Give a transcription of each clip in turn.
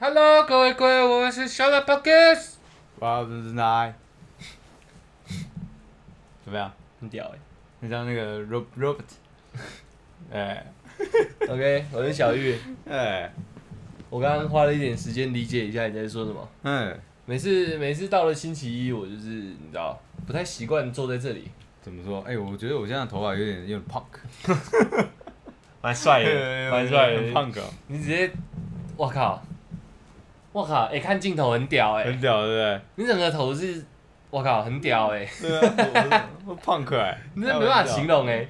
Hello，各位各位，我们是小喇叭 g a s 哇，真是奶！怎么样？很屌哎、你像那个 Rob Robert，哎 OK，我是小玉，哎我刚刚花了一点时间理解一下你在说什么。嗯，每次每次到了星期一，我就是你知道不太习惯坐在这里，怎么说？哎、我觉得我现在头发有点有点 punk，蛮帅 哎很 punk，哦你直接，我靠，我靠，哎、看镜头很屌哎、很屌，对你整个头是，我靠，很屌哎、不对？对啊，我我我 punk 哎、你真的没办法形容哎、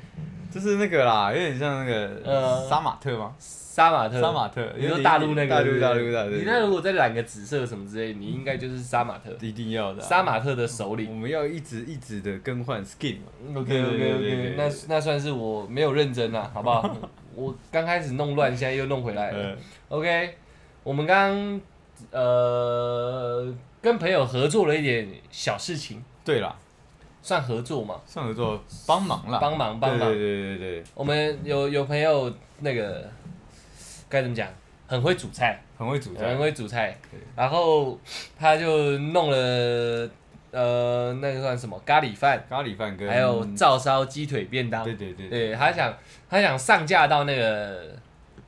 就是那个啦，有点像那个呃杀马特吗？杀马特，杀马特，你有说点大陆那个大是不陆是大陆大陆，你那如果再染个紫色什么之类，你应该就是杀马特，一定要的、啊杀，马特的首我领。们要一直一直的更换 skin 嘛。 OK OK 对对对 OK，那那算是我没有认真啊，好不好？ 我刚开始弄乱，现在又弄回来了。呃， OK，我们刚呃跟朋友合作了一点小事情，对啦，算合作嘛，上合作帮忙啦，帮忙帮对忙。对对对对，我们有有朋友那个该怎么讲，很会煮菜，很会煮很菜，会煮菜对，然后他就弄了呃那个算什么咖喱饭，咖喱饭跟还有照烧鸡腿便当对。对对对，他想他想上架到那个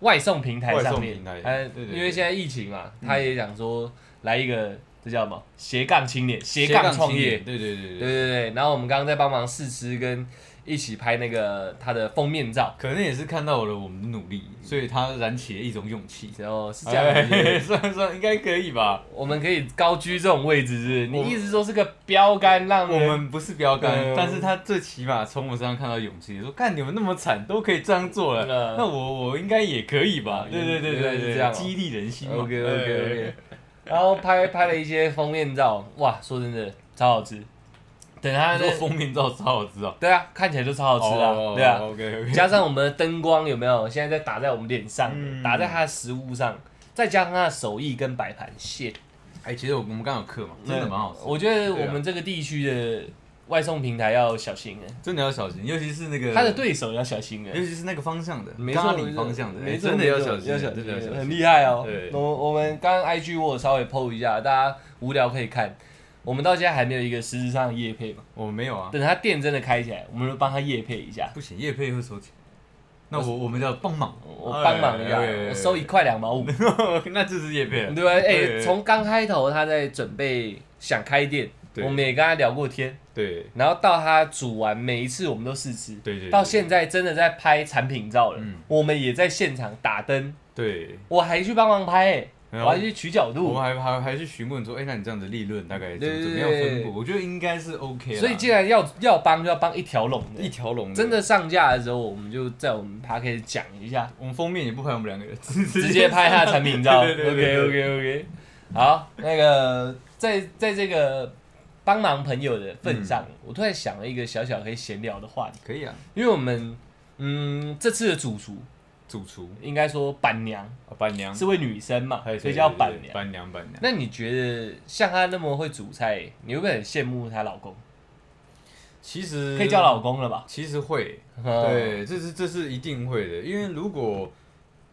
外送平台外上送面平台，呃对对对嗯因为现在疫情嘛，他也想说来一个这叫什么斜杠青年、斜杠杠创青业年，，对对对对对，对对。然后我们刚刚在帮忙试吃跟一起拍那个他的封面照，可能也是看到了我们的努力，所以他燃起了一种勇气。然后是这样哎子。对 算算应该可以吧？我们可以高居这种位置是不是，我你一直都是个标杆，让我人们不是标对杆，但是他最起码从我身上看到勇气，说看你们那么惨都可以这样做了嗯，那我我应该也可以吧？对对对原来对是对这样对，哦激励人心嘛。 OK OK 哎 OK，然后拍拍了一些封面照，哇，说真的超好吃。等他那他说封面照超好吃哦，对啊，看起来就超好吃的啊、哦对啊。 ，OK OK，加上我们的灯光有没有？现在在打在我们脸上，嗯打在他的食物上，再加上他的手艺跟摆盘，谢，哎，其实我们刚有课嘛，真的蛮好吃，我觉得对啊我们这个地区的外送平台要小心哎、真的要小心，尤其是那个他的对手要小心哎、尤其是那个方向的没，错啊咖没喱错方向的，没哎错真的没要错小心，要小真的要小很心。厉害哦对。我我们刚刚 IG 我有稍微 PO 一下，大家无聊可以看。我们到现在还没有一个实质上的业配嘛，我没有啊，等他店真的开起来，我们就帮他业配一下，不行，叶配会收钱。那我我们叫帮 忙，我帮忙一下，哎哎哎哎我收一块两毛五。那就是叶啊配了。对吧？哎、对从刚开头他在准备想开店，对我们也跟他聊过天，对然后到他煮完每一次我们都试吃，对对对到现在真的在拍产品照了，嗯我们也在现场打灯，对，我还去帮忙拍、哎，然后我还去取角我度们，还还还去询问说，哎，那你这样的利润大概怎对么怎么样分布？我觉得应该是 OK 啦。所以既然要要帮，就要帮一条龙的一。条龙真的，上架的时候，我们就在我们 p a 以讲一下，我们封面也不拍我们两个人，直直接拍他的产品照。 对对对对 OK OK OK，好，那个在在这个帮忙朋友的份上，嗯我突然想了一个小小可以闲聊的话题，可以啊，因为我们嗯这次的主厨主厨应该说板娘啊板娘，是位女生嘛，哎对所以叫对对板对娘。板娘板娘。那你觉得像她那么会煮菜，你会不会很羡慕她老公？其实可以叫老，公了吧？其实会，嗯，嗯对，这是这是一定会的，因为如果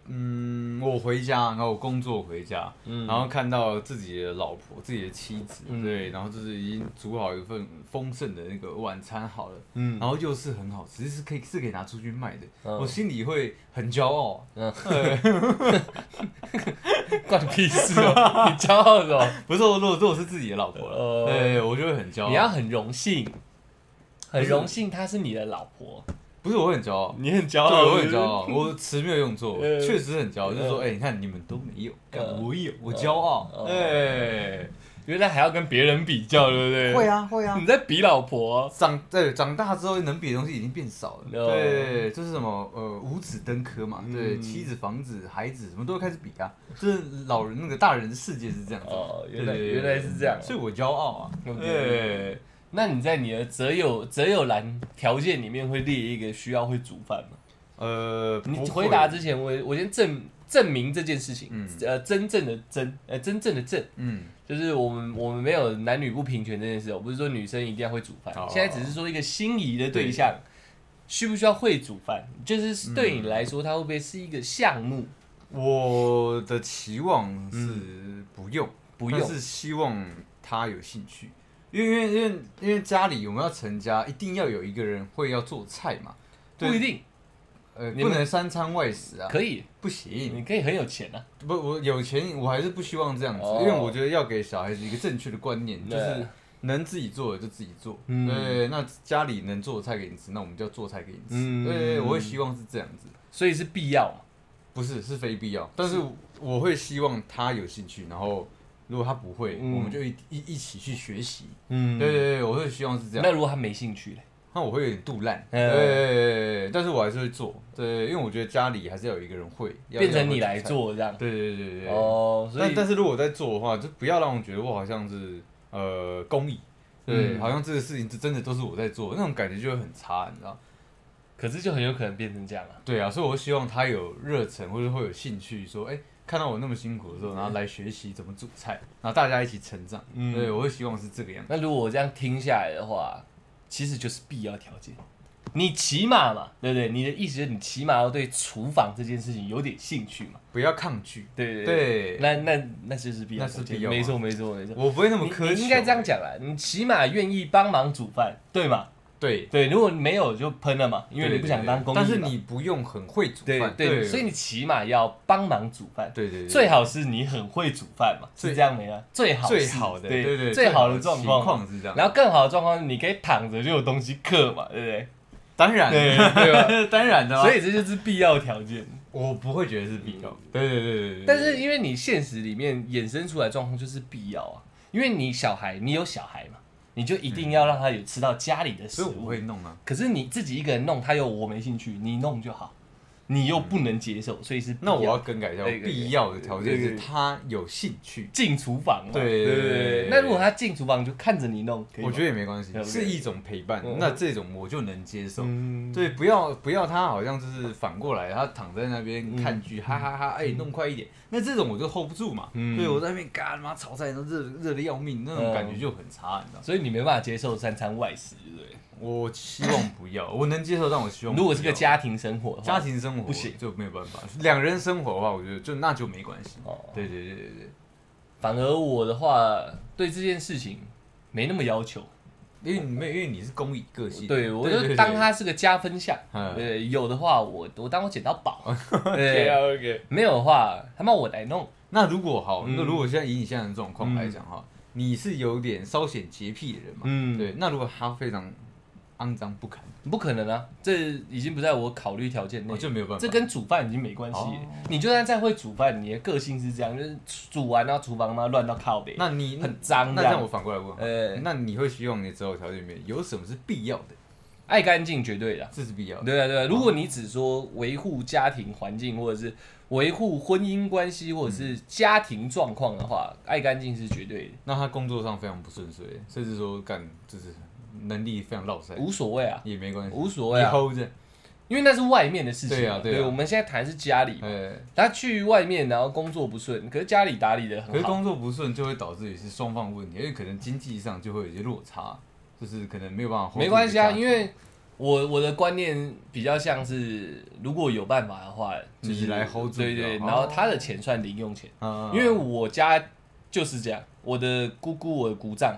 嗯我回家，然后我工作回家，嗯然后看到自己的老婆、自己的妻子，嗯对，然后就是已经煮好一份丰盛的那个晚餐好了，嗯然后又是很好吃，是可以是可以拿出去卖的，嗯 我心里会很骄傲。 嗯，关你屁事哦！你骄傲什么？不是，我如果说我是自己的老婆了，哦 对，我就会很骄傲。你要很荣幸，很不是荣幸她是你的老婆，不是我会很骄傲，你很骄对，傲，我会很骄嗯傲，我词没有用错，呃确实很骄傲，就是说，呃哎，你看你们都没有，干呃我有，我骄傲，呃哎。原来还要跟别人比较，对不对？会啊，会啊你。在比老婆，长对长大之后能比的东西已经变少了，哦对，就是什么呃五子登科嘛，对，嗯妻子、房子、孩子什么都会开始比啊，就是老人那个大人的世界是这样子，哦原来对原来是这样嗯所以我骄傲啊， OK 对，那你在你的择友择友栏条件里面会列一个需要会煮饭吗？呃，你不会回答之前，我我先证证明这件事情，嗯呃，真正的真，呃，真正的正，嗯，就是我们我们没有男女不平权这件事，我不是说女生一定要会煮饭，哦现在只是说一个心仪的对象，需不需要会煮饭，嗯就是对你来说，它会不会是一个项目？我的期望是嗯不用，不用但是希望他有兴趣，因为因为因为因为家里我们要成家，一定要有一个人会要做菜嘛，对不一定呃，你不们能三餐外食啊，可以，不行，你可以很有钱啊。不，我有钱我还是不希望这样子，哦因为我觉得要给小孩子一个正确的观念，就对是能自己做的就自己做，嗯对，那家里能做菜给你吃，那我们就要做菜给你吃，嗯对，我会希望是这样子。所以是必要嘛。不是，是非必要。但是我会希望他有兴趣，然后如果他不会，嗯我们就一一一起去学习。嗯对对对，我会希望是这那样。如果他没兴趣嘞？那我会有点肚烂，嗯对对对对对但是我还是会做，对，因为我觉得家里还是要有一个人会，要变成你来，做这样要。会煮菜对对对对对。哦，所但以但是如果我在做的话，就不要让我觉得我好像是呃公益，对，嗯好像这个事情就真的都是我在做，那种感觉就会很差，你知道。可是就很有可能变成这样啊。对啊，所以我希望他有热忱或者会有兴趣，说，哎、看到我那么辛苦的时候，然后来学习怎么煮菜，然后大家一起成长。嗯对，我会希望是这个样子。那如果我这样听下来的话，其实就是必要条件。你起码嘛，对不对？你的意思就是你起码要对厨房这件事情有点兴趣嘛，不要抗拒，对不对？对，那那那就是必要条件，那是必要啊没错没错没错。我不会那么啊你苛求。你应该这样。讲啦，你起码愿意帮忙煮饭，对吗？对，对，如果你没有就喷了嘛，因为对你不想当公益嘛但是你不用很会煮对饭，对，所以你起码要帮忙煮饭。对对对，最好是你很会煮饭嘛，最是这样没啊？最好最是好的，对对对，最好的的状情况。况是这样。然后更好的状况，是你可以躺着就有东西嗑嘛，对不对？当然， 对对吧？当然的啊。所以这就是必要条件。我不会觉得是必要。对对对对对。但是因为你现实里面衍生出来的状况就是必要啊，因为你小孩，你有小孩嘛，你就一定要让他有吃到家里的食所以我物。会弄啊。可是你自己一个人弄，他又我没兴趣，你弄就好，你又不能接受，所以是必那我要要更改一下，我对对对必要的条件对对是对他有兴趣。进厨房嘛。对对对对对那如果他进厨房就看着你弄，可以吗我觉得也没关系，对不对是一种陪伴嗯。那这种我就能接受。嗯，对，不要不要，他好像就是反过来，他躺在那边嗯看剧，哈哈哈！哎，弄快一点。那这种我就 hold 不住嘛。嗯对，我在那边干嘛炒菜，都热热的要命，那种嗯感觉就很差，你知道吗？所以你没办法接受三餐外食，对不对？我希望不要，我能接受，但我希望不要如果是个家庭生活的话，家庭生活不行就没有办法。两人生活的话，我觉得就那就没关系。哦，对对对对对。反而我的话对这件事情没那么要求，因为你没有，因为你是公益个性，对我对就当它是个加分项。嗯呃，有的话我我当我捡到宝，对， OK。没有的话他妈我来弄。那如果好，嗯那如果现在以你现在的状况来讲哈，你是有点稍显洁癖的人嘛？嗯对。那如果他非常肮脏不堪，不可能啊，这已经不在我考虑条件内我，哦就没有办法。这跟煮饭已经没关系哦。你就算再会煮饭，你的个性是这样，就是煮完然后厨房嘛乱到靠北。那你很脏这那这样样我反过来问哈，呃，那你会希望你择偶条件里面有什么是必要的？爱干净绝对的。这是必要的。对啊，对啊。如果你只说维护家庭环境，或者是维护婚姻关系，或者嗯是家庭状况的话，爱干净是绝对的，那他工作上非常不顺遂，甚至说干就是能力非常落塞，无所谓啊，也没关系，无所谓啊你 hold 着。因为那是外面的事情对嘛。啊对啊我们现在谈的是家里嘛，呃，他去外面然后工作不顺，可是家里打理的可很是好。工作不顺就会导致也是双方问题，因为可能经济上就会有一些落差，就是可能没有办法 hold 住没关系啊，一个家庭因为我我的观念比较像是，如果有办法的话，就是你来 hold 住对就好对，哦然后他的钱算零用钱。啊因为我家就是这样，我的姑姑、我的姑丈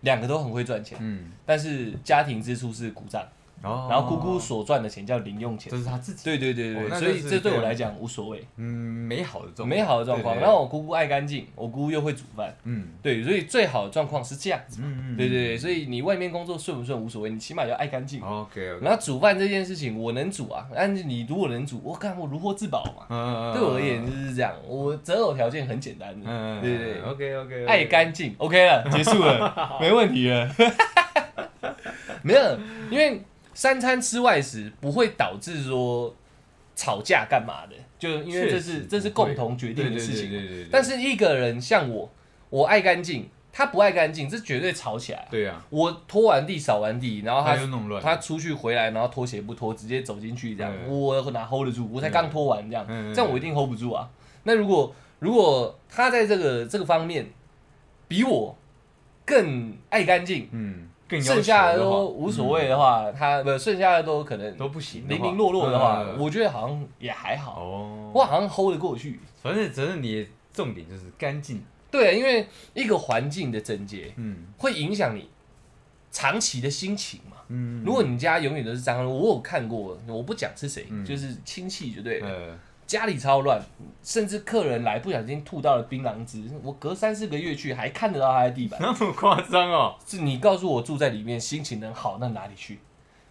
两个都很会赚钱，嗯，但是家庭支出是姑丈，然后然后姑姑所赚的钱叫零用钱哦这。是他自己对对对哦对那对，所以就是这对我这样来讲无所谓，嗯美好的状况美好的状况。对对对然后我姑姑爱干净，我姑姑又会煮饭，嗯对，所以最好的状况是这样子。嗯嗯对对对，所以你外面工作顺不顺无所谓，你起码要爱干净。 ，OK OK，然后煮饭这件事情我能煮啊，但是你如果能煮，我看我如获至宝嘛。嗯对我而言就是这样，我择偶条件很简单的，嗯对对对，OK OK，爱干净，OK 了，结束了，没问题啊了。没有，因为三餐吃外食不会导致说吵架干嘛的，就因为这确实是不会这是共同决定的事情。对对对对对，但是是一个人像我，我爱干净，他不爱干净，这绝对吵起来。对呀，我拖完地扫完地，然后他他又哎弄乱，他出去回来，然后拖鞋不脱，直接走进去这样，嗯我哪 hold 得住？哎我才刚拖完这样，嗯这样我一定 hold 不住啊。那如果如果他在这个这个方面比我更爱干净，嗯，更要求剩下的话都无所谓的话，他不剩下的都可能嗯都不行的零话，零落落的话，嗯我觉得好像也还好，哦，我好像 hold 得过去。反正反正你的重点就是干净，对，因为一个环境的整洁嗯会影响你长期的心情嘛。嗯，如果你家永远都是脏乱，我有看过，我不讲是谁，嗯就是亲戚就对了，呃家里超乱，甚至客人来不小心吐到了槟榔汁，我隔三四个月去还看得到他的 地板。 那么夸张哦，是你告诉我住在里面心情能好到哪里去？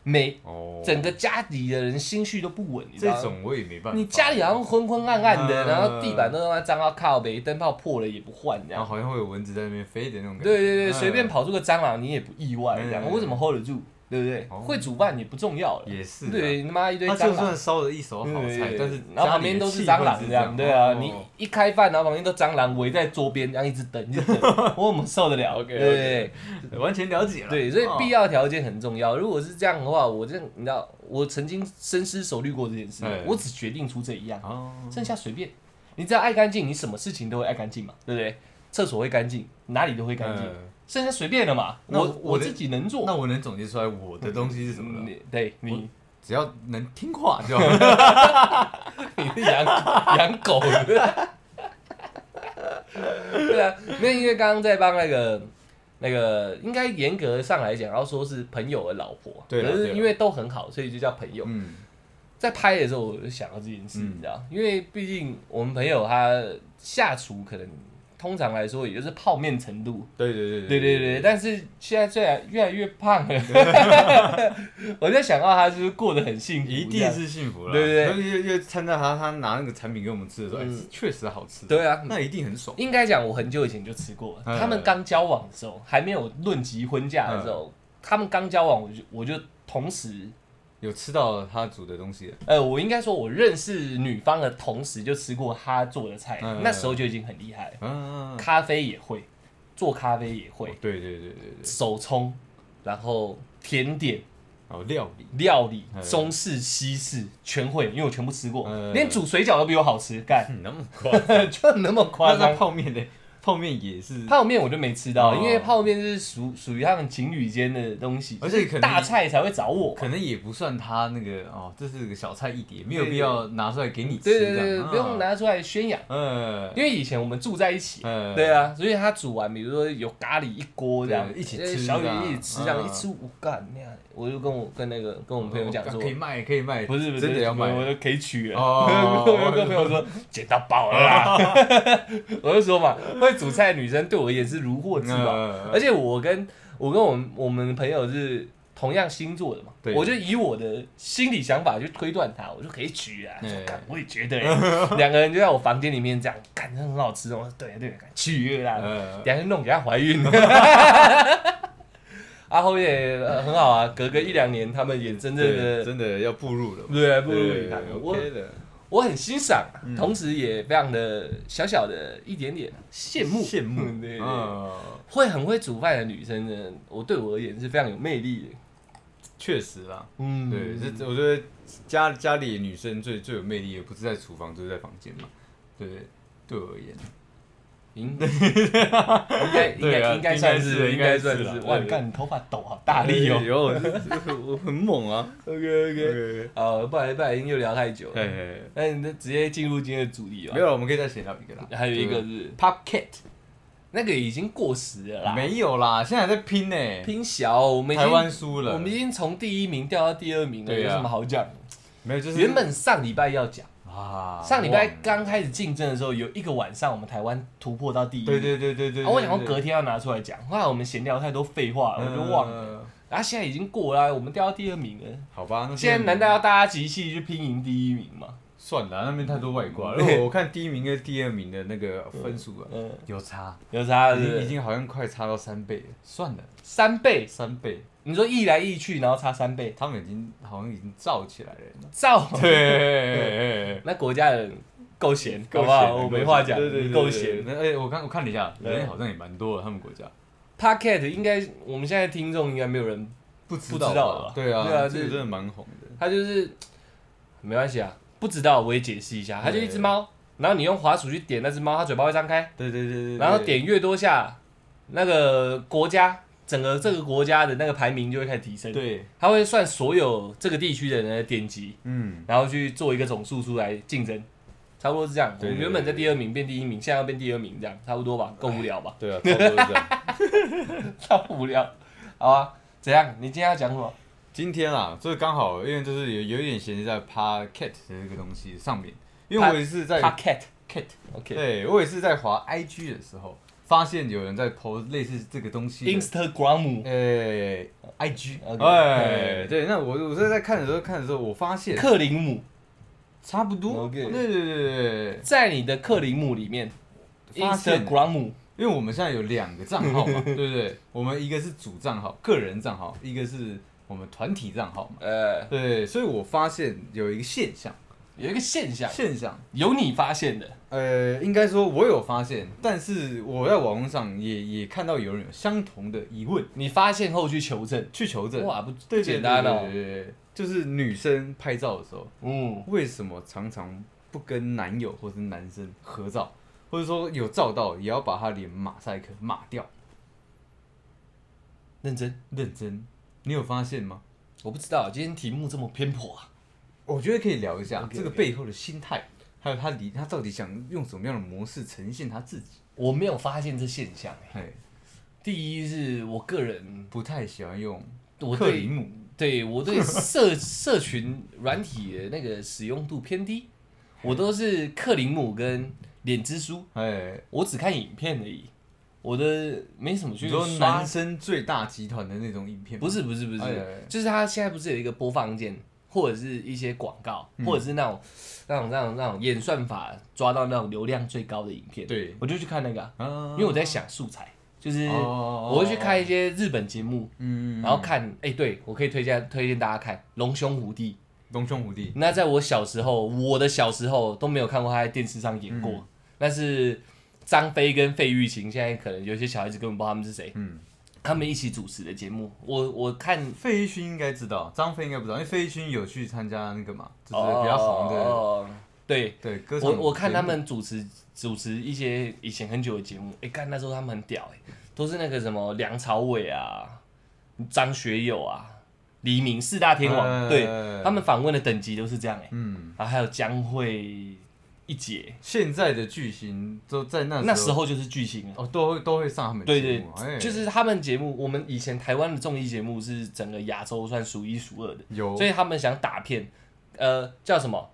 每哦，整个家里的人心绪都不稳，你知这道吗？种我也没办法，你家里好像昏昏暗暗的，嗯然后地板都他妈脏到靠北，灯泡破了也不换，这然后样。好像会有蚊子在那边飞的那种感觉，对对对，哦嗯随便跑出个蟑螂你也不意外，这样嗯我怎么 hold 得住？对不对哦？会煮饭也不重要了，也是啊对，他妈一堆他蟑就螂算。烧的一手好菜，对但是然后家旁里边的都是气蟑氛螂是这这样，对啊，哦你一开饭，然后旁边都蟑螂围在桌边，这样一直等，一直等， 我怎么受得了？ OK，OK 对不对？完全了解了，对，所以哦必要条件很重要。如果是这样的话，我这你知道，我曾经深思熟虑过这件事哎，我只决定出这一样，哦，剩下随便。你只要爱干净，你什么事情都会爱干净嘛，对不对？厕所会干净，哪里都会干净，呃剩下随便了嘛。那我我我的自己能做，那我能总结出来我的东西是什么了，嗯你对 你只要能听话 就好了。你是养养狗的。 对啊，那因为刚刚在帮那个那个，应该严格上来讲，要说是朋友的老婆，对啦可对是啦因为都很好，所以就叫朋友。嗯，在拍的时候，我就想到这件事，嗯你知道，因为毕竟我们朋友他下厨可能通常来说也就是泡面程度，对对对对对对，但是现在虽然越来越胖了， 我在想到他是不是过得很幸福，一定是幸福了。对对对，又又参照他他拿那个产品给我们吃的时候，哎嗯确实好吃。这，样对啊。那一定很爽。应该讲，我很久以前就吃过了。嗯他们刚交往的时候，还没有论及婚嫁的时嗯候，他们刚交往，我就我就同时，有吃到他煮的东西了，呃，我应该说，我认识女方的同时就吃过她做的菜，嗯那时候就已经很厉害了。嗯，咖啡也会，做咖啡也会哦，对对对对对，手冲，然后甜点、哦，料理，料理、嗯中式、西式全会，因为我全部吃过，嗯连煮水饺都比我好吃， 干那么夸张？就那么夸那那张。泡面呢？泡面也是，泡面我就没吃到，哦因为泡面是属属于他们情侣间的东西，而且可能大菜才会找我。可能也不算他那个哦，这是个小菜一碟，没有对对必要拿出来给你吃。对对这对，样对不用。拿出来宣扬，嗯因为以前我们住在一起，嗯，对啊，所以他煮完，比如说有咖喱一锅这样，对一起就是吃小啊雨一起吃这样，嗯一吃我干那样，我就跟我跟那个跟我哦，们朋友讲说可，以卖，可以卖，不是不是真的要我卖。就可以取了。哦 我就跟朋友说捡到宝了啦， 我就说嘛，会煮菜的女生对我也是如获至宝，嗯而且我跟我跟我们我们朋友是。同样星座的嘛，对我就以我的心理想法去推断他，我就可以取啊，嗯说干我也觉得 欸，两个人就在我房间里面这样，干真的很好吃哦，对啊对啊，干取啦，呃，两个人弄给她怀孕。 啊，后面也呃很好啊，隔个一两年，他们也真正对的真的要步入了。对，啊步对入对礼对堂。我 OK 嗯的，我很欣赏，啊同时也非常的小小的一点点羡慕，羡慕嗯， 对对对嗯，会很会煮饭的女生呢，我对我而言是非常有魅力的。确实啦。嗯，对，这我觉得家家里的女生最最有魅力，也不是在厨房，就是在房间嘛。对，对我而言，应应该应 对啊该应该算应该是应该算应该是。是啦哇，对你看你头发抖好大力哦。 有，我很猛啊。 OK OK，对，好，不然不然又聊太久了。哎，那你就直接进入今天的主题吧没。有了，我们可以再写到一个啦。还有一个对是 Pop Cat，那个已经过时了啦，没有啦，现在还在拼呢，拼小，我们已台湾经输我了们，已经从第一名掉到第二名了，对有啊什么好讲？没有，就是原本上礼拜要讲，啊，上礼拜忘了刚开始竞争的时候，有一个晚上我们台湾突破到第一名，对对对对对，啊我想说对隔天要拿出来讲，后来我们闲聊太多废话了，我就忘了。。嗯然后现在已经过了啊，我们掉到第二名了。好吧，那现在难道要大家集气去拼赢第一名吗？算了？那边太多外挂了。对因为我看第一名跟第二名的那个分数啊，嗯，有差，有啥已是不经已是？经好像快差到三倍了。算了，三倍，三倍，你说一来一去，然后差三倍，他们已经好像已经燥起来 了。造。对，那国家人够闲，够好闲不好？了我够没闲话讲，对对你对够对闲。那哎，我看我看了一下，对人好像也蛮多的，他们国家 Podcast 应该我们现在听众应该没有人，不知不知道道吧吧？对啊，对啊这个这真的蛮红的。他就是没关系啊，不知道我也解释一下，它就对一只猫，然后你用滑鼠去点那只猫，它嘴巴会张开，对对对对，对然后点越多下，那个国家整个这个国家的那个排名就会开始提升，对，它会算所有这个地区的人的点击，嗯，然后去做一个总数出来竞争。差不多是这样。我对们对原本在对第二名变第一名，现在要变第二名，这样差不多吧？够无聊吧？对啊，差不多是这样。超无聊。好啊，怎样？你今天要讲什么？今天啊，这刚好，因为就是有有一点衔接在 Parket 的这个东西上面，因为我也是在 Pocket。 Cat， OK。对我也是在滑 IG 的时候，发现有人在 po 类似这个东西的。 Instagram 呃，IG， OK 哎，对，那我我是在看的时候看的时候，我发现克林姆，差不多， OK 对对对对对，在你的克林姆里面发现，Instagram 因为我们现在有两个账号嘛，对不对？我们一个是主账号、个人账号，一个是我们团体账号嘛，呃对，所以我发现有一个现象，有一个现象，现象，由你发现的，呃，应该说我有发现，但是我在网络上也也看到有人有相同的疑问，你发现后去求证。去求证，哇，不对，对简单哦对。对对对就是女生拍照的时候，嗯，为什么常常不跟男友或是男生合照，或者说有照到也要把他脸马赛克抹掉？认真，认真，你有发现吗？我不知道今天题目这么偏颇啊。我觉得可以聊一下 OK，OK 这个背后的心态，还有他离他到底想用什么样的模式呈现他自己。我没有发现这现象、欸。嘿，第一是我个人，不太喜欢用我克对林姆，对我对社社群软体的那个使用度偏低，我都是克林姆跟脸之书，哎，我只看影片而已，我的没什么去你说刷男。生最大集团的那种影片吗，不是不是不是，哎哎哎就是它现在不是有一个播放键，或者是一些广告，嗯或者是那种那种那种那种演算法抓到那种流量最高的影片，对我就去看那个啊、啊因为我在想素材，就是哦哦哦我会去看一些日本节目，嗯，然后看，哎、对我可以推荐推荐大家看《龙兄虎弟》。龙兄虎弟，那在我小时候，我的小时候都没有看过他在电视上演过，嗯但是张飞跟费玉清现在可能有些小孩子根本不知道他们是谁，嗯，他们一起主持的节目，我我看。费玉清应该知道，张飞应该不知道，因为费玉清有去参加那个嘛，就是比较红的哦对，对，歌唱我我看节他目们主持主持一些以前很久的节目，哎、看那时候他们很屌哎、都是那个什么梁朝伟啊、张学友啊、黎明四大天王，哎对他们访问的等级都是这样哎、嗯，然后还有江蕙一姐，现在的巨星都在那那时候就是巨星啊。哦，都会都会上他们对节对目，哎，就是他们节目，我们以前台湾的综艺节目是整个亚洲算数一数二的，有所以他们想打遍，呃，叫什么？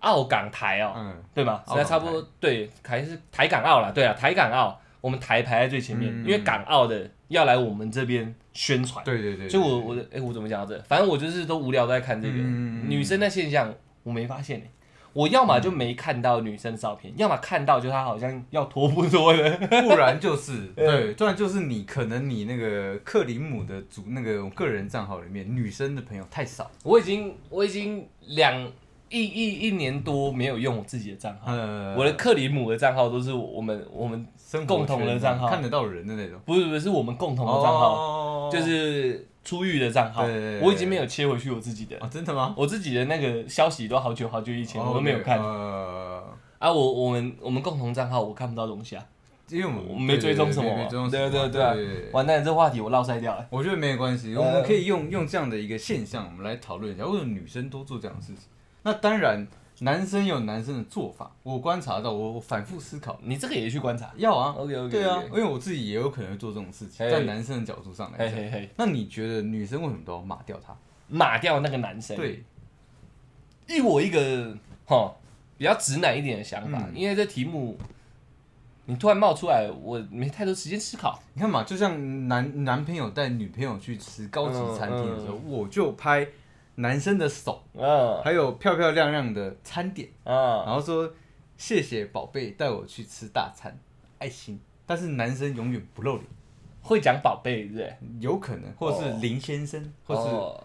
澳港台哦，嗯对吗？澳那差不港多，对，还是台港澳啦，对啊，台港澳，我们台排在最前面，嗯因为港澳的要来我们这边宣传，对对对，所以我对我的哎、我怎么讲到这？反正我就是都无聊都在看这个、嗯女生的现象，我没发现、欸、我要么就没看到女生的照片，要么看到就她好像要脱不脱 的，不然就是 对，不然就是你可能你那个克林姆的主那个个人账号里面女生的朋友太少，我已经我已经两一一一年多没有用我自己的账号，呃，我的克里姆的账号都是我们我们生活共同的圈账号看得到人的那种，不是不是是我们共同的账号。哦就是出狱的账号，对对对对我已经没有切回去我自己的，哦，真的吗？我自己的那个消息都好久好久以前哦我都没有看呃，啊。我我们我们共同账号我看不到东西啊，因为我我们没追踪什么对对嘛，没追踪什对对么对对啊对对，完蛋，这话题我落塞掉了。我觉得没有关系，呃我们可以用用这样的一个现象，我们来讨论一下为什么女生都做这样的事情。那当然，男生有男生的做法，我观察到，我我反复思考，你这个也去观察，要啊 OK，OK，OK 对啊，因为我自己也有可能会做这种事情，嘿在男生的角度上来嘿讲。嘿嘿，那你觉得女生为什么都要骂掉他？码掉那个男生。，对，依我一个哈比较直男一点的想法，嗯因为这题目你突然冒出来，我没太多时间思考。你看嘛，就像男男朋友带女朋友去吃高级餐厅的时候，我就拍男生的手，嗯还有漂漂亮亮的餐点。嗯，然后说谢谢宝贝带我去吃大餐，爱心。但是男生永远不露脸，会讲宝贝对不对？有可能，或者是哦林先生，或是、哦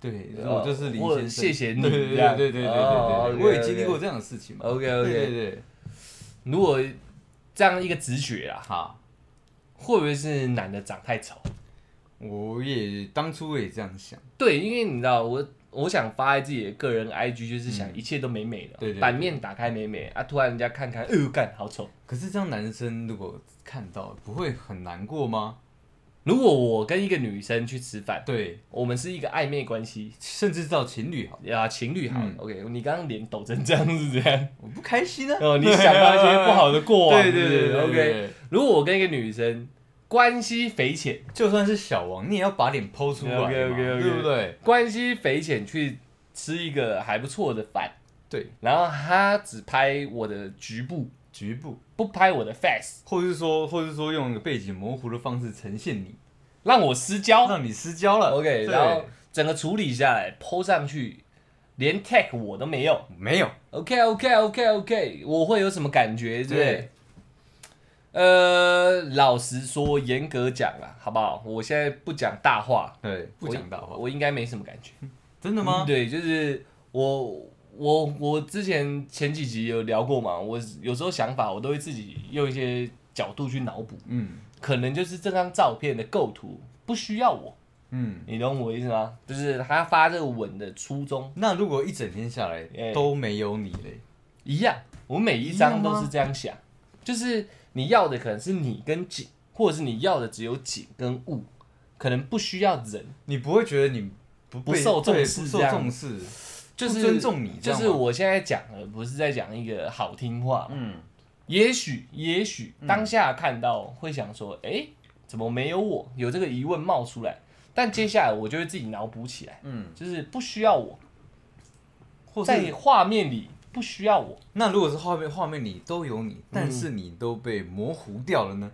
对，哦我就是林或先者生，谢谢你对对对这样对对对对哦对， ，OK，我也经历过这样的事情嘛。 OK 对 OK，对对，如果这样一个直觉啊，好，会不会是男的长太丑？我也当初也这样想，对，因为你知道我。我想发在自己的个人 IG，就是想一切都美美的，嗯对对对版面打开美美啊，突然人家看看，哎呦干好丑，可是这样男生如果看到不会很难过吗？如果我跟一个女生去吃饭，对，我们是一个暧昧关系甚至到情侣好，啊，情侣好了、嗯 o k 你刚刚脸抖成这样是这样， 我不开心啊。哦，你想到一些不好的过往， 对是对不对是对 OK。如果我跟一个女生关系匪浅，就算是小王，你也要把脸剖出来嘛 OK，OK，OK 对不对？关系匪浅去吃一个还不错的饭，对，然后她只拍我的局部，局部，不拍我的 face，或是说，或是说用一个背景模糊的方式呈现你，让我失焦。让你失焦了。 OK，对然后整个处理下来，PO 上去，连 tag 我都没有。没有， OK OK OK OK，我会有什么感觉？对不对对？呃，老实说，严格讲啦，好不好？我现在不讲大话，对，不讲大话，我应该没什么感觉。真的吗？对，就是我我我之前前几集有聊过嘛，我有时候想法我都会自己用一些角度去脑补，嗯可能就是这张照片的构图不需要我，嗯。你懂我意思吗？就是他发这个文的初衷那如果一整天下来哎都没有你嘞，一样，我每一张都是这样想，就是你要的可能是你跟景，或者是你要的只有景跟物，可能不需要人，你不会觉得你不不被受重对视不受这样重视，就是不尊重你这就样吗是我现在讲的不是在讲一个好听话嘛，嗯，也许也许当下看到会想说，哎、怎么没有我？有这个疑问冒出来，但接下来我就会自己脑补起来，嗯，就是不需要我或在是画面里不需要我那如果是画面画面里都有你，嗯但是你都被模糊掉了呢？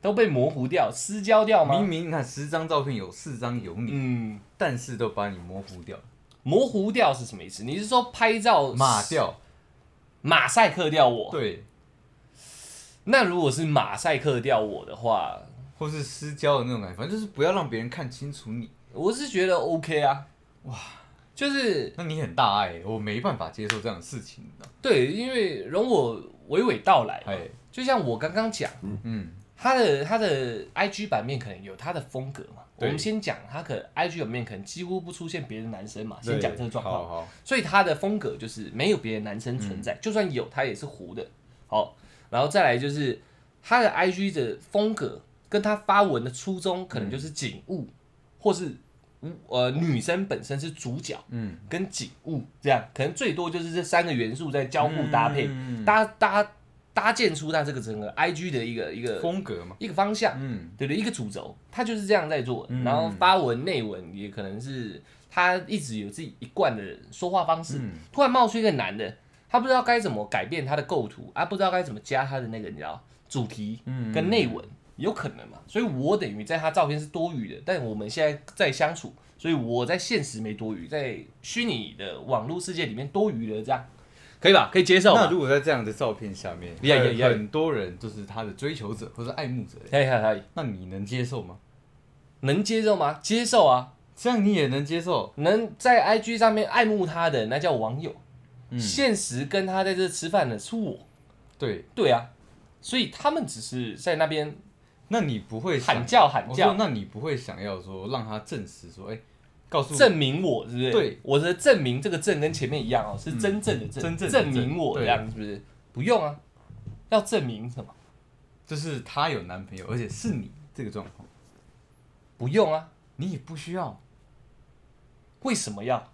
都被模糊掉、失焦掉明吗？明那十张照片有四张有你，嗯，但是都把你模糊掉，模糊掉是什么意思？你是说拍照抹掉，马赛克掉我？对，那如果是马赛克掉我的话，或是失焦的那种感觉，反正就是不要让别人看清楚你。我是觉得 OK 啊，哇，就是那你很大爱、我没办法接受这样的事情，你知道吗？对，因为容我娓娓道来，哎，就像我刚刚讲，嗯，他的他的 IG 版面可能有他的风格嘛。我对们先讲他可能 IG 版面可能几乎不出现别的男生嘛，先讲这个状况。好好，所以他的风格就是没有别的男生存嗯在，就算有他也是糊的。好，然后再来就是他的 IG 的风格跟他发文的初衷可能就是嗯景物，或是呃女生本身是主角嗯，跟景物这样，可能最多就是这三个元素在交互搭配。嗯搭搭搭建出它这个整个 IG 的一个一个风格嘛，一个方向，嗯，对不对？一个主轴，它就是这样在做的。嗯然后发文内文也可能是他一直有自己一贯的说话方式，嗯突然冒出一个男的，他不知道该怎么改变他的构图啊，不知道该怎么加他的那个你知道主题嗯跟内文。有可能嘛？所以我等于在他照片是多余的，但我们现在在相处，所以我在现实没多余，在虚拟的网络世界里面多余的这样，可以吧？可以接受吧？那如果在这样的照片下面，呀呀很呀很多人就是他的追求者或者爱慕者，可以可以可以，那你能接受吗？能接受吗？接受啊，这样你也能接受？能在 IG 上面爱慕他的那叫网友，嗯现实跟他在这吃饭的是我，对，对啊，所以他们只是在那边那你不会想喊叫喊我说叫，那你不会想要说让他证实说，哎、告诉证明我是不是？对，嗯我的证明这个证跟前面一样哦，是真正的证，真正的证明证我这对样是不是？不用啊，要证明什么？就是她有男朋友，而且是你这个状况，不用啊，你也不需要。为什么要？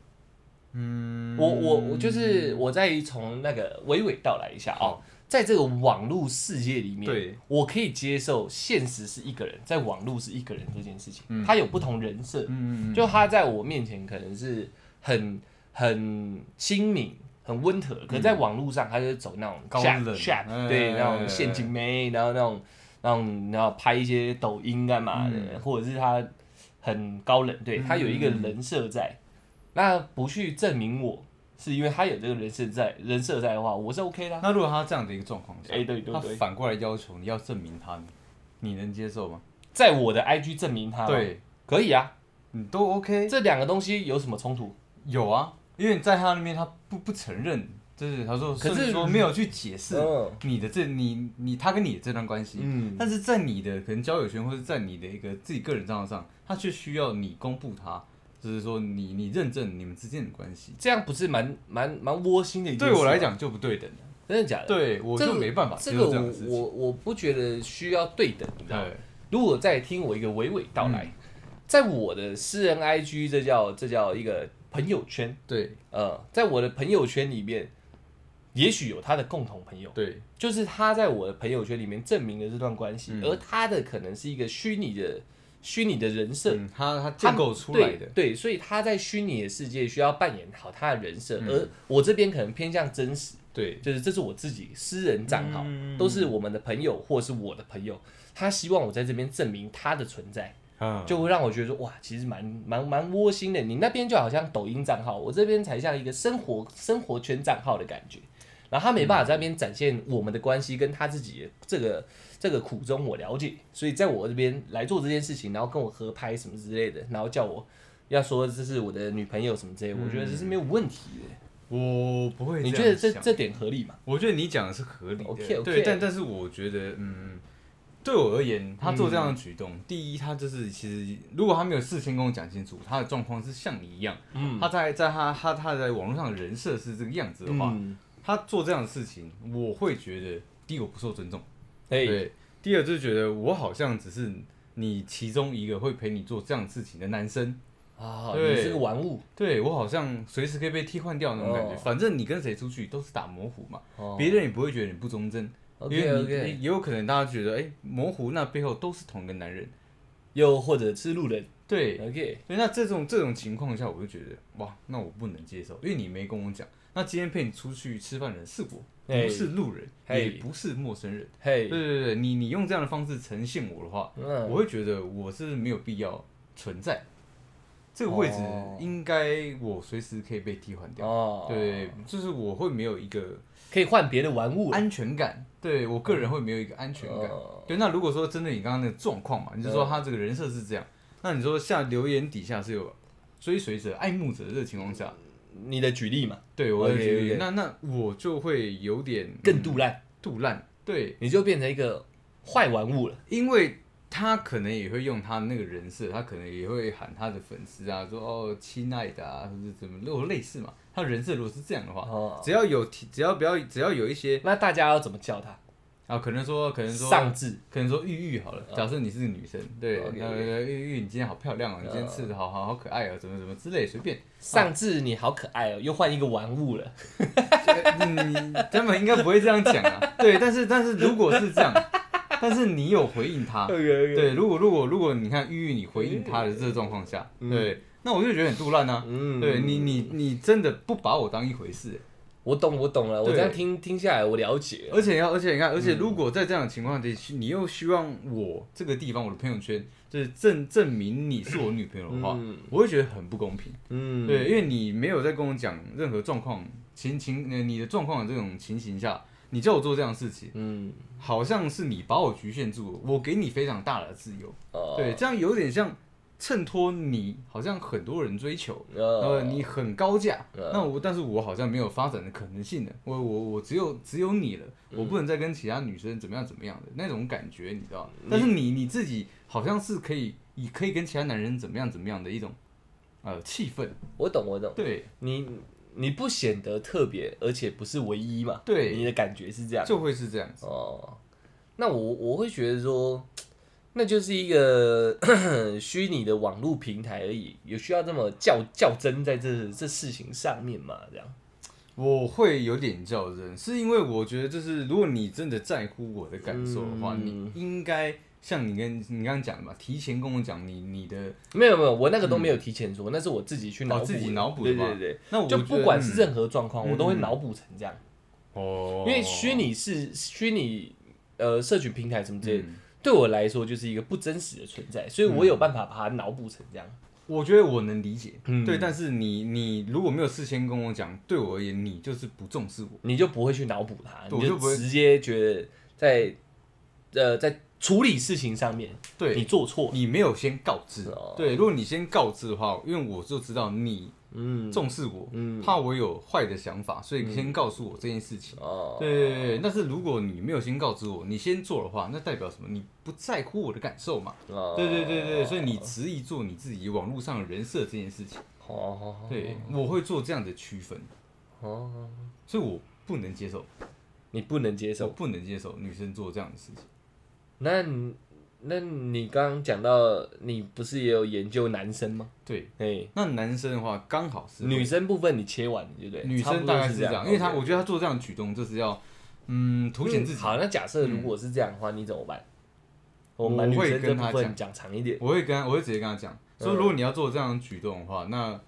嗯，我我我就是我再从那个娓娓道来一下哦好，在这个网络世界里面，对我可以接受现实是一个人，在网络是一个人这件事情，嗯他有不同人设，嗯，嗯嗯，就他在我面前可能是很很亲民。很温和，可是在网络上，他就走那种嗯高下冷下哎对那种陷阱妹，然后那种那种然后拍一些抖音干嘛的，或者是他很高冷，对嗯他有一个人设在，那不去证明我是因为他有这个人设在，人设在的啊话，我是 OK 啦。那如果他这样的一个状况下，哎对对他对反过来要求你要证明他，你能接受吗？在我的 IG 证明他，，对，可以啊。你都 OK。这两个东西有什么冲突？有啊，因为你在他那边，他不不承认，就是他说，可是甚至说没有去解释嗯你的这你你他跟你的这段关系，嗯但是在你的可能交友圈或者在你的一个自己个人账号上，他却需要你公布他，就是说你你认证你们之间的关系，这样不是蛮蛮蛮窝心的一件啊对事吗我来，讲就不对等了，真的假的？对我这就个没办法这接个受这样我的事情。我我不觉得需要对等，你知道吗？对，嗯如果再听我一个娓娓道来，在我的私人 IG，这叫这叫一个朋友圈，对呃，在我的朋友圈里面，也许有他的共同朋友，对就是他在我的朋友圈里面证明了这段关系，嗯而他的可能是一个虚拟的虚拟的人设，嗯，他他他建构出来的对，对，所以他在虚拟的世界需要扮演好他的人嗯设，而我这边可能偏向真实，对就是这是我自己私人账号，嗯都是我们的朋友或是我的朋友，他希望我在这边证明他的存在，啊，就会让我觉得说哇，其实蛮蛮蛮窝心的。你那边就好像抖音账号，我这边才像一个生活生活圈账号的感觉。然后他没办法嗯在那边展现我们的关系跟他自己的这个这个苦衷，我了解，所以在我这边来做这件事情，然后跟我合拍什么之类的，然后叫我要说这是我的女朋友什么之类的，我觉得这是没有问题的。我不会样想。你觉得这这点合理吗？我觉得你讲的是合理的 OK，OK 对，但但是我觉得，嗯，对我而言，他做嗯这样的举动，第一，他就是其实如果他没有事先跟我讲清楚，他的状况是像你一样，嗯他在在他他他在网络上的人设是这个样子的话，嗯，他做这样的事情，我会觉得，第一我不受尊重，哎、对，第二就是觉得我好像只是你其中一个会陪你做这样的事情的男生，啊，对你是个玩物，对我好像随时可以被替换掉那种感觉，哦反正你跟谁出去都是打模糊嘛，哦别人也不会觉得你不忠贞。因 OK，为你 OK 也有可能大家觉得，哎、模糊那背后都是同一个男人，又或者是路人对， ，OK，所以那这种这种情况下，我就觉得，哇，那我不能接受，因为你没跟我讲，那今天陪你出去吃饭的人是我，哎不是路人，嘿也不是陌生人，嘿对，对对，你你用这样的方式呈现我的话，嗯我会觉得我是没有必要存在，这个位置哦应该我随时可以被替换掉，哦，对，就是我会没有一个可以换别的玩物了。安全感，对我个人会没有一个安全感。哦嗯对，那如果说针对你刚刚那个状况嘛，你就说他这个人设是这样，那你说下留言底下是有追随者、爱慕者的这个情况下，你的举例嘛，对我的 OK，觉得 OK 那那我就会有点更杜烂，杜烂，对，你就变成一个坏玩物了。因为他可能也会用他那个人设，他可能也会喊他的粉丝啊，说哦亲爱的啊，或者怎么，如果类似嘛，他人设如果是这样的话，哦，只要有提，只要不要，只要有一些那大家要怎么叫他？啊，可能说可能说啊上智可能说玉玉好了，假设你是个女生，对， OK，OK 那玉玉你今天好漂亮哦，你今天吃的好好好可爱哦，怎么怎么之类，随便，上智，你好可爱哦，又换一个玩物了。嗯，他们应该不会这样讲啊，对，但是但是如果是这样，但是你有回应他，啊对，如果如果如果你看玉玉你回应他的这个状况下，对，那我就觉得很杜烂啊，嗯对你你你真的不把我当一回事，欸我懂，我懂了。我对这样听听下来，我了解了。而且要，而且你看，而且如果在这样的情况下，你又希望我这个地方我的朋友圈就是证证明你是我女朋友的话，嗯我会觉得很不公平。嗯，对，因为你没有在跟我讲任何状况情情，呃你的状况的这种情形下，你叫我做这样的事情，嗯，好像是你把我局限住了，我给你非常大的自由。哦对，，这样有点像衬托你，好像很多人追求。呃呃，，你很高价，呃那我但是我好像没有发展的可能性了，我我我只有只有你了，我不能再跟其他女生怎么样怎么样的那种感觉，你知道吗？但是你你自己好像是可以，你可以跟其他男人怎么样怎么样的一种呃气氛，我懂，我懂。对，你你不显得特别，而且不是唯一嘛？对你的感觉是这样。就会是这样子，哦，那我我会觉得说，那就是一个 虚拟的网络平台而已，有需要这么较较真在这这事情上面嘛？这样，我会有点较真，是因为我觉得就是如果你真的在乎我的感受的话，嗯你应该像你跟你刚刚讲的嘛，提前跟我讲你你的，没有没有，我那个都没有提前说，那是我自己去脑补嗯哦的、自己脑补的对嘛对对，那我就觉不得管是嗯任何状况，我都会嗯嗯脑补成这样，哦因为虚拟是虚拟呃社群平台什么之类的。嗯对我来说就是一个不真实的存在，所以我有办法把它脑补成这样。我觉得我能理解，嗯对，但是你你如果没有事先跟我讲，对我而言你就是不重视我，你就不会去脑补它，对你我就就不会直接觉得在呃在处理事情上面对你你做错了，没有先告知，哦对，如果你先告知的话，因为我就知道你嗯重视我，嗯怕我有坏的想法，所以先告诉我这件事情。哦，对对对对，但是如果你没有先告知我，你先做的话，那代表什么？你不在乎我的感受嘛？哦对对对对，所以你执意做你自己网络上的人设这件事情，哦对我会做这样的区分，哦，所以我不能接受，你不能接我受，不能接受女生做这样的事情。那你那你刚刚讲到，你不是也有研究男生吗？对，哎，那男生的话刚好是女生部分你切完，对不对？女差不生多大概是这样，因为他 OK 我觉得他做这样的举动就是要嗯凸显自己。嗯好，那假设如果是这样的话，你怎么办？我们把我女会生这跟部他分讲讲长一点。我会跟他我会直接跟他讲，说嗯如果你要做这样的举动的话，那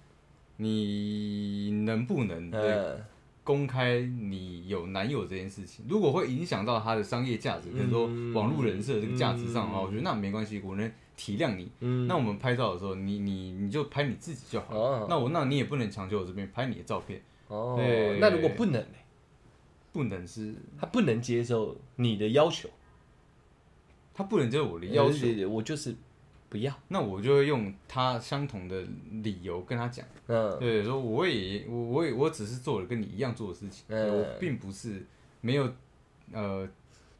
你能不能对呃，公开你有男友这件事情？如果会影响到他的商业价值，比如说嗯网络人设这个价值上的话，嗯我觉得那没关系，我能体谅你。嗯，那我们拍照的时候，你你你就拍你自己就好。哦那我那你也不能强求我这边拍你的照片，哦，对那如果不能呢，不能是他不能接受你的要求，他不能接受我的要求，呃我就是不要。那我就会用他相同的理由跟他讲。嗯，对，说我也我我也我只是做了跟你一样做的事情，嗯对我并不是没有呃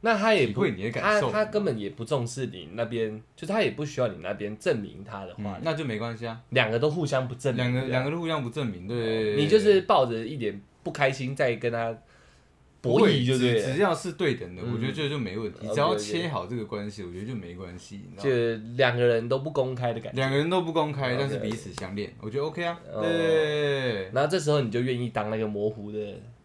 那他也体不会你的感受他他根本也不重视你那边，就是他也不需要你那边证明他的话，那就没关系啊，两个都互相不证明，两个对不对两个都互相不证明，对对对对你就是抱着一点不开心在跟他博弈，就不会对只了只要是对等的，嗯我觉得这就没问题， OK，OK 只要切好这个关系，我觉得就没关系，你知道吗？就两个人都不公开的感觉。两个人都不公开， OK，OK 但是彼此相恋，我觉得 OK 啊，哦对对对对对然后这时候你就愿意当那个模糊的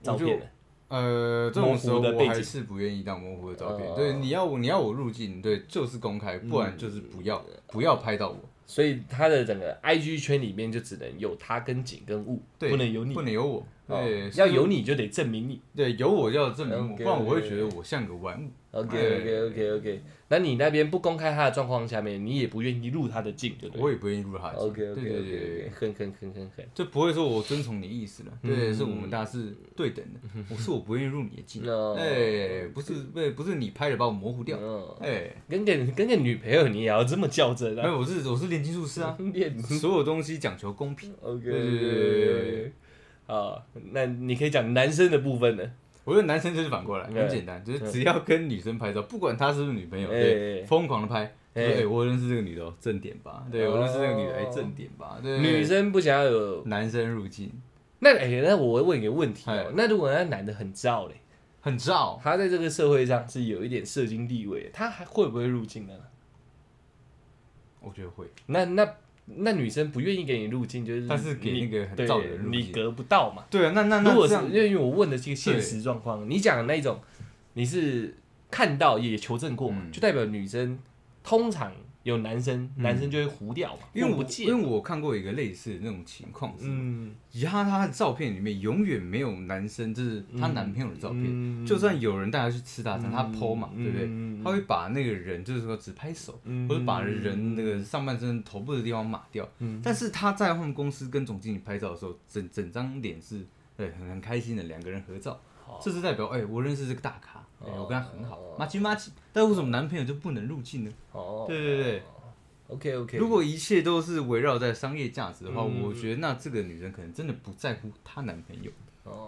照片了，呃，这种时模候糊的背我景还是不愿意当模糊的照片哦，对，你要我你要我入镜，对，就是公开，不然就是不要嗯不要拍到我。所以他的整个 IG 圈里面就只能有他跟景跟物，对，不能有你。不能有我。哦对，要所以有你就得证明你。对有我就要证明我，不 OK，然我会 OK 觉得我像个玩物。 OK 对 OK OK OK，那你那边不公开他的状况下面，你也不愿意录他的镜，对不我对也不愿意入他的圈。 ？OK OK 对对 OK 对对 OK，对，很很很很很。就不会说我遵从你意思了。对，嗯是我们大家是对等的。我是我不愿意入你的境 哦，哎，不是不是不是你拍的把我模糊掉，嗯，哎，跟个跟个女朋友你也要这么较真没啊？有，我是我是炼金术师啊，练 所有东西讲求公平。 OK，对对对对对对啊，那你可以讲男生的部分呢？我觉得男生就是反过来，对很简单，就是只要跟女生拍照，不管她是不是女朋友，哎哎对，疯狂的拍。哎对，我认识这个女的哦，正点吧。对，我认识这个女的，哎哦，正点吧。对，女生不想要有男生入境那哎、那我问一个问题哦、哎那如果那男的很燥嘞，很照，他在这个社会上是有一点社经地位的，他还会不会入境呢？我觉得会。那那那女生不愿意给你入境，就是但是给你那个很对燥的人入你境。隔不到嘛。对啊，那那如那果这是样因为我问的这个现实状况，你讲的那种，你是看到也求证过嘛，嗯就代表女生通常有男生，男生就会糊掉嘛，因为我我不见因为我看过一个类似的那种情况是，嗯，以她她的照片里面永远没有男生，就是她男朋友的照片。片就算有人带她去嗯吃大餐，她 PO 嘛，对不对？对她会把那个人就是说只拍手，或者把人那个上半身头部的地方码掉。嗯但是她在他们公司跟总经理拍照的时候，整整张脸是对很很开心的，两个人合照。这是代表哎、我认识这个大咖，哎、哦我跟他很好哦，妈亲妈亲。但为什么男朋友就不能入境呢？哦，对对对，OK OK，如果一切都是围绕在商业价值的话，嗯我觉得那这个女人可能真的不在乎她男朋友，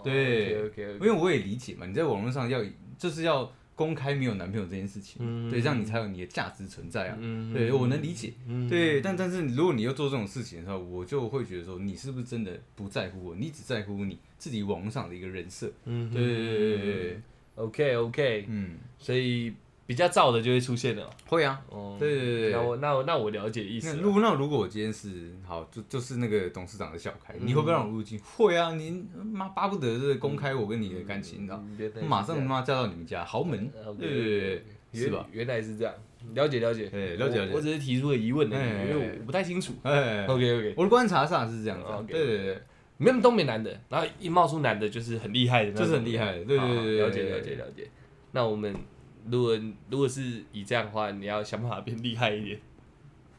对对 OK 因 OK，为我也理解嘛，你在网络上要就是要公开没有男朋友这件事情，嗯对，这样你才有你的价值存在啊。嗯对，我能理解。嗯对，但但是如果你要做这种事情的时候，我就会觉得说，你是不是真的不在乎我？你只在乎你自己网络上的一个人设。嗯对对对对对对， OK OK，嗯，所以比较燥的就会出现了，会啊。哦，对对对对那我那我那我了解意思啊那了，如果那如果我今天是好，就就是那个董事长的小开，嗯你会不会让我入境？会啊，你妈巴不得是公开我跟你的感情，你知道，嗯原来是马上这他样妈嫁到你们家豪门，呃，OK，对对对对，是原吧？原来是这样，了解了解，哎了解我了解我只是提出了疑问而哎哎已，因为哎我不太清楚。哎， OK OK，我的观察上是这样子啊， OK 对对对，没有东北男的，然后一冒出男的就是很厉害的那种，就是很厉害的，对好对好对，了解了解了解。那我们如果如果是以这样的话，你要想办法变厉害一点。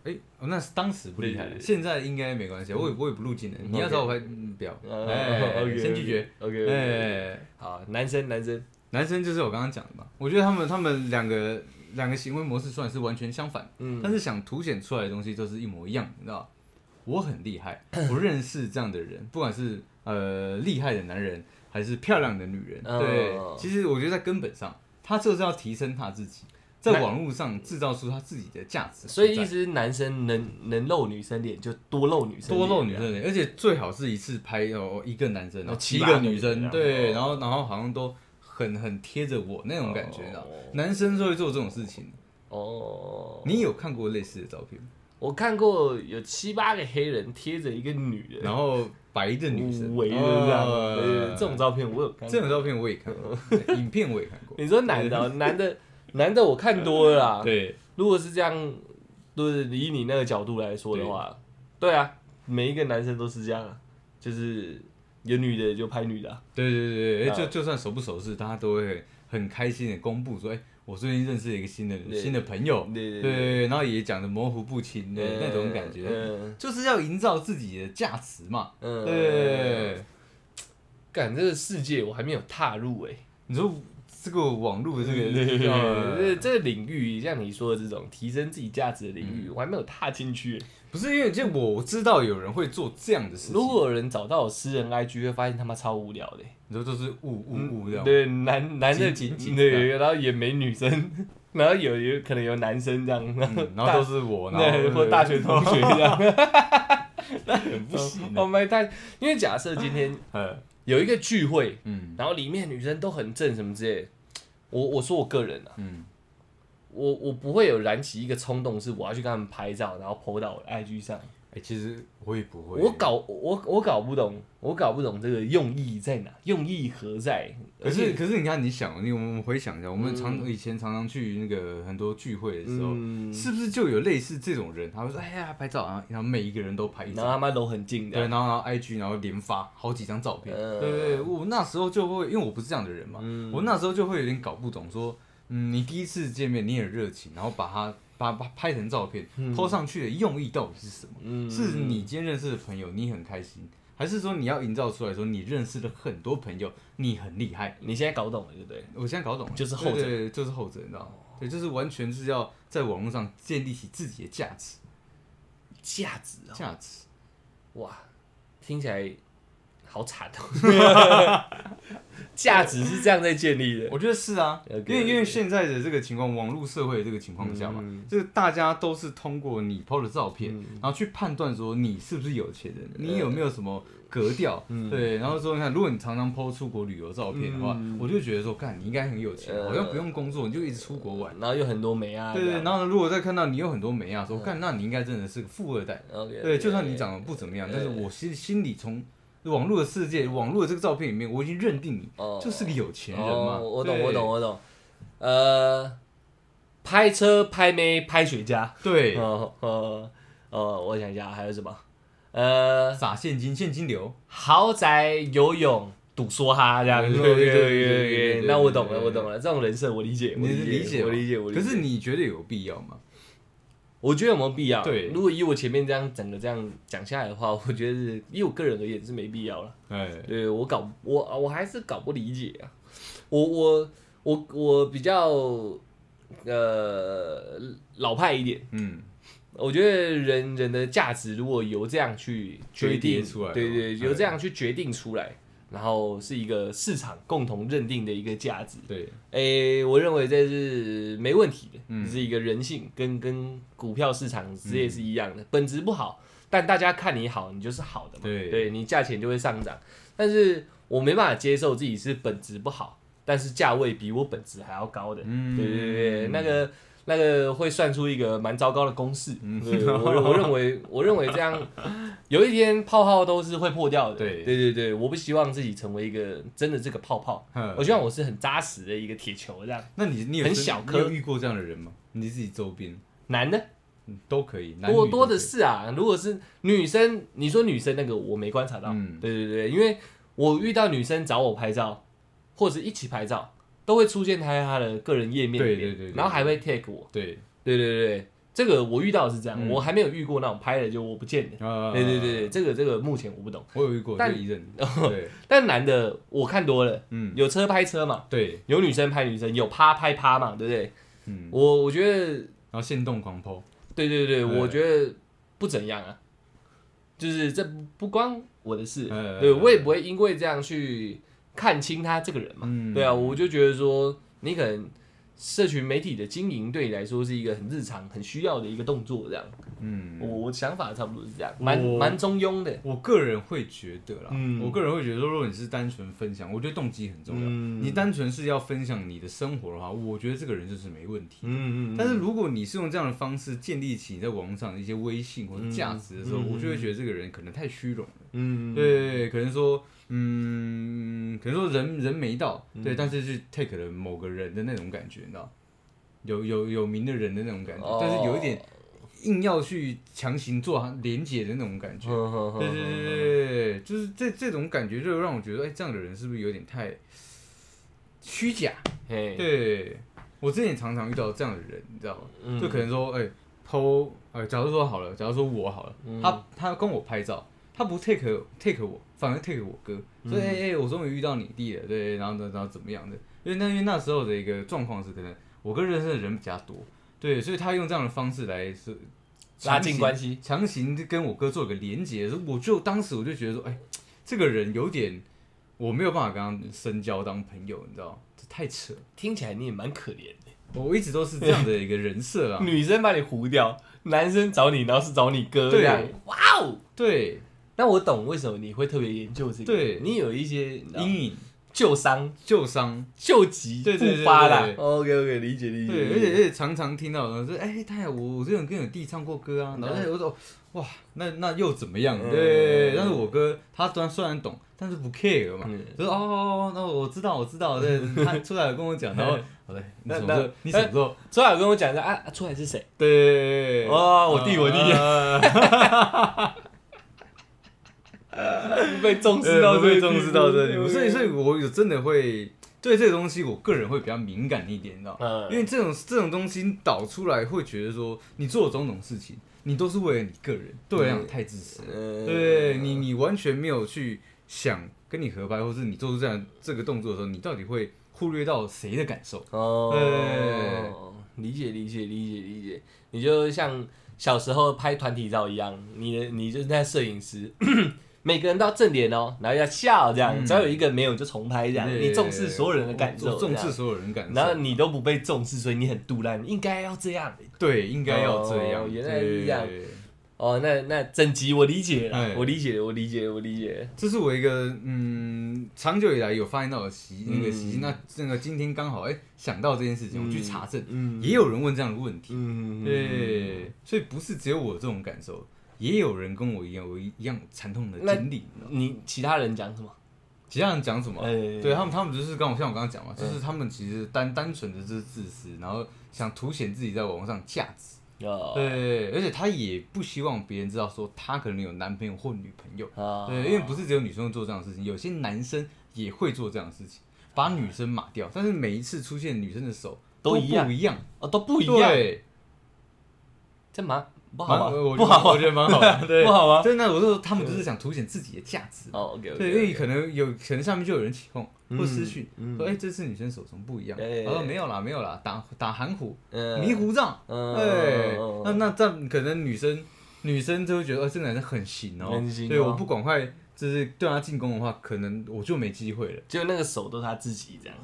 哎，哦那是当时不厉对害对，对现在应该没关系，我也我也不入境的，你要 OK 找我拍嗯不要， 哦哎， ，OK，先拒绝，。 OK，哎，好，男生男生，男生就是我刚刚讲的嘛，我觉得他们他们两个两个行为模式虽然是完全相反。嗯，但是想凸显出来的东西都是一模一样的，你知道吧？我很 厉害，我认识这样的人，不管是呃厉害的男人，还是漂亮的女人，哦对，其实我觉得在根本上，他就是要提升他自己，在那网络上制造出他自己的价值存在，所以意思是男生能能露女生脸就啊多露女生，多露女，生脸，而且最好是一次拍哦一个男生，然后七七八个个女女生，生对，哦然后然后好像都很很贴着我那种感觉，你知道哦男生是会做这种事情，哦，你有看过类似的照片吗？我看过有七八个黑人贴着一个女人，然后白的女生围着这样，哦对对对这种照片我有看过。这种照片我也看过，对影片我也 看过。你说男的哦，男的，男的我看多了啦。对，如果是这样，就是以你那个角度来说的话，对啊，每一个男生都是这样啊，就是有女的就拍女的啊、对对对对，哎啊就就算熟不熟识，大家都会很开心的公布说，哎，我最近认识了一个新的人对新的朋友，对对对对对，然后也讲的模糊不清的嗯那种感觉，嗯就是要营造自己的价值嘛。嗯，对，，感这个世界我还没有踏入 哎、你说这个网络的这个，这呃这个领域，像你说的这种提升自己价值的领嗯域，我还没有踏进去。欸不是因为这我知道有人会做这样的事情，如果有人找到我私人 IG，会发现他妈超无聊的、欸嗯你说都是误误误这样，对，男男的嗯紧紧紧对，然后也没女生，然后有有可能有男生这样，然后 嗯，然后都是我，然对，后或大学同学 这样， 很不行的，我们他，因为假设今天呃，有一个聚会，嗯然后里面女生都很正什么之类的，我我说我个人啊，嗯，我我不会有燃起一个冲动，是我要去跟他们拍照，然后 PO 到我的 IG 上。哎，其实我也不会，我搞我我搞不懂，我搞不懂这个用意在哪，用意何在？可而是且可是你看，你想，你我们回想一下，我们常、嗯以前常常去那个很多聚会的时候，嗯，是不是就有类似这种人？他会说：“哎呀，拍照啊！”然后每一个人都拍一然后张，他妈都很近对，的，然后然后 IG 然后连发好几张照片，嗯对对对。我那时候就会，因为我不是这样的人嘛，嗯我那时候就会有点搞不懂说，嗯，你第一次见面你也热情，然后把它把把拍成照片，嗯 p o 上去的用意到底是什么？嗯是你今天认识的朋友，你很开心，还是说你要营造出来说你认识了很多朋友，你很厉害？你现在搞懂了，对不对？我现在搞懂了，就是后者对对对就是后者，你知道吗？对，就是完全是要在网络上建立起自己的价值，价值啊、价值。哇，听起来好惨哦。 价值是这样在建立的，我觉得是 啊，因 OK，为 OK 因为现在的这个情况，网络社会的这个情况下嘛，嗯就是大家都是通过你 PO 的照片，然后去判断说你是不是有钱人，你有没有什么格调，嗯对，然后说你看，如果你常常 PO 出国旅游照片的话，我就觉得说，干你应该很有钱，嗯呃好像不用工作你就一直出国玩，然后有很多梅啊，嗯对对，这样然后如果再看到你有很多美亚，啊说干，那你应该真的是个富二代。 OK，对，就算你长得不怎么样，但是我心心里从网络的世界、网络的这个照片里面，我已经认定你哦就是个有钱人嘛。哦我懂，对我懂，。我懂。呃，拍车、拍妹、拍雪茄。对，哦哦哦，我想一下还有什么？呃，撒现金，现金流。豪宅、游泳、赌梭哈这样。对对对对对对对对对那我懂了，我懂了，这种人设我理解，我你是理解我吗理解，我理解。可是你觉得有必要吗？我觉得有没有必要？对如果以我前面这样整个这样讲下来的话，我觉得是以我个人而言是没必要了。哎，对我搞我我还是搞不理解啊，我我我我比较呃老派一点，嗯，我觉得人人的价值如果由这样去决堆叠定出来的对嘛对，由哎这样去决定出来，然后是一个市场共同认定的一个价值，对，诶、我认为这是没问题的，嗯是一个人性，跟跟股票市场之类是一样的，本质不好，但大家看你好，你就是好的嘛，对你价钱就会上涨。但是我没办法接受自己是本质不好，但是价位比我本质还要高的，嗯对对对，那个那个会算出一个蛮糟糕的公式，嗯对我我认为我认为这样，有一天泡泡都是会破掉的，对对对对，我不希望自己成为一个真的这个泡泡。哼我希望我是很扎实的一个铁球这样。那你你有嗯很身小你有颗遇过这样的人吗？你自己周边男的嗯都可以，男多女多都的可以，是啊，如果是女生，你说女生那个我没观察到，嗯对对对，因为我遇到女生找我拍照，或者一起拍照，都会出现她在她的个人页面里面，对对对对然后还会 tag 我，对，对对对对，这个我遇到的是这样，嗯我还没有遇过那种拍了就我不见的，啊对对对，对，这个这个目前我不懂，我有遇过，但就一 任，对，但男的我看多了，嗯，有车拍车嘛，对，有女生拍女生，有趴拍趴嘛，对不对？嗯，我我觉得然后限动狂抛，对对对，对我觉得不怎样啊，就是这不不光我的事，呃对我也不会因为这样去看清他这个人嘛。嗯对啊，我就觉得说你可能社群媒体的经营对你来说是一个很日常、很需要的一个动作，这样。嗯，我我想法差不多是这样，蛮我蛮中庸的。我个人会觉得啦，嗯我个人会觉得说，如果你是单纯分享，我觉得动机很重要。嗯你单纯是要分享你的生活的话，我觉得这个人就是没问题。嗯但是如果你是用这样的方式建立起你在网上的一些威信或者价值的时候，嗯我就会觉得这个人可能太虚荣了。嗯对对，对可能说，嗯，可能说人人没到，对，但是是 take 了某个人的那种感觉，你知道，有有有名的人的那种感觉，哦但是有一点硬要去强行做连结的那种感觉。对对对对对对对，就是这这种感觉，就让我觉得，哎、这样的人是不是有点太虚假？对，对，我之前也常常遇到这样的人，你知道吗？嗯就可能说，哎、剖，呃，假如说好了，假如说我好了，嗯他他跟我拍照，他不 take take 我，反而 take 我哥，说，嗯哎、哎、我终于遇到你弟了，对，然后呢，然后怎么样的？因为那因为那时候的一个状况是，可能我哥认识的人比较多，对，所以他用这样的方式来是拉近关系，系。强行跟我哥做个连接，我就当时我就觉得说，哎、这个人有点。我没有办法跟他深交当朋友，你知道吗，这太扯了。听起来你也蛮可怜的，我一直都是这样的一个 人设啊。女生把你糊掉，男生找你，然后是找你哥对这样。哇哦！对，那我懂为什么你会特别研究这个，对你有一些你知道阴影、旧伤、旧伤，旧疾对对复发啦对对。对 OK OK，理解理解。对，而理解且而且常常听到有人说，哎、太太，我我之前跟你弟唱过歌啊，然后嗯哎我说，哇，那那又怎么样？嗯对，但是我哥他虽然虽然懂，但是不 care 嘛嗯，就说哦哦，哦那我知道我知道， 对，他出来有跟我讲，然后，好嘞，你那什么时候那你什么时候？昨晚有跟我讲一下啊，啊出来是谁？对，哦我弟我弟啊被重视知到这道个被地步，重视到这里，所以所以以我有真的会对这个东西，我个人会比较敏感一点，你知道吗？嗯因为这种这种东西导出来，会觉得说你做的种种事情，你都是为了你个人，对我嗯来讲太自私了。呃对你，你完全没有去想跟你合拍，或是你做出这样这个动作的时候，你到底会忽略到谁的感受？对哦，理解理解理解理解，你就像小时候拍团体照一样，你的你就是那摄影师， 每个人都要正脸哦，然后要笑这样，嗯只要有一个没有就重拍这样，对你重视所有人的感受，我重这视样，所有人的感然后受，你都不被重视，所以你很杜烂，应该要这样。对，应该要这样。哦原来是这样对哦，那那整集我理解了哎，我理解了，我理解了，我理解了。这是我一个嗯，长久以来有发现到的习那个习嗯性。那那个今天刚好哎、想到这件事情，我去查证，嗯也有人问这样的问题，嗯，对，所以不是只有我这种感受，也有人跟我一样，有一样惨痛的那经历。你知道你其他人讲什么？其他人讲什么？哎对他们，他们就是刚我像我刚刚讲嘛，就是他们其实单单纯的就是自私，然后想凸显自己在网上价值。哦，对，而且他也不希望别人知道说他可能有男朋友或女朋友。啊对，因为不是只有女生会做这样的事情，有些男生也会做这样的事情，把女生码掉，但是每一次出现女生的手都一样不一样，哦，都不一样，对，这蛮不好蛮吗？呃我觉得不好吗我觉得蛮好 的，对，不好吗对，那我就说他们就是想凸显自己的价值，哦，OK，对，因为可能有可能下面就有人起哄嗯或私讯嗯说，哎，这次女生手怎么不一样？哎我说没有啦，没有啦，打打含糊，嗯迷糊账，嗯对嗯，那那这样可能女生女生就会觉得，哦，这个男生很行哦很，行对，哦我不赶快就是对他进攻的话，可能我就没 机会了，就那个手都是他自己这样，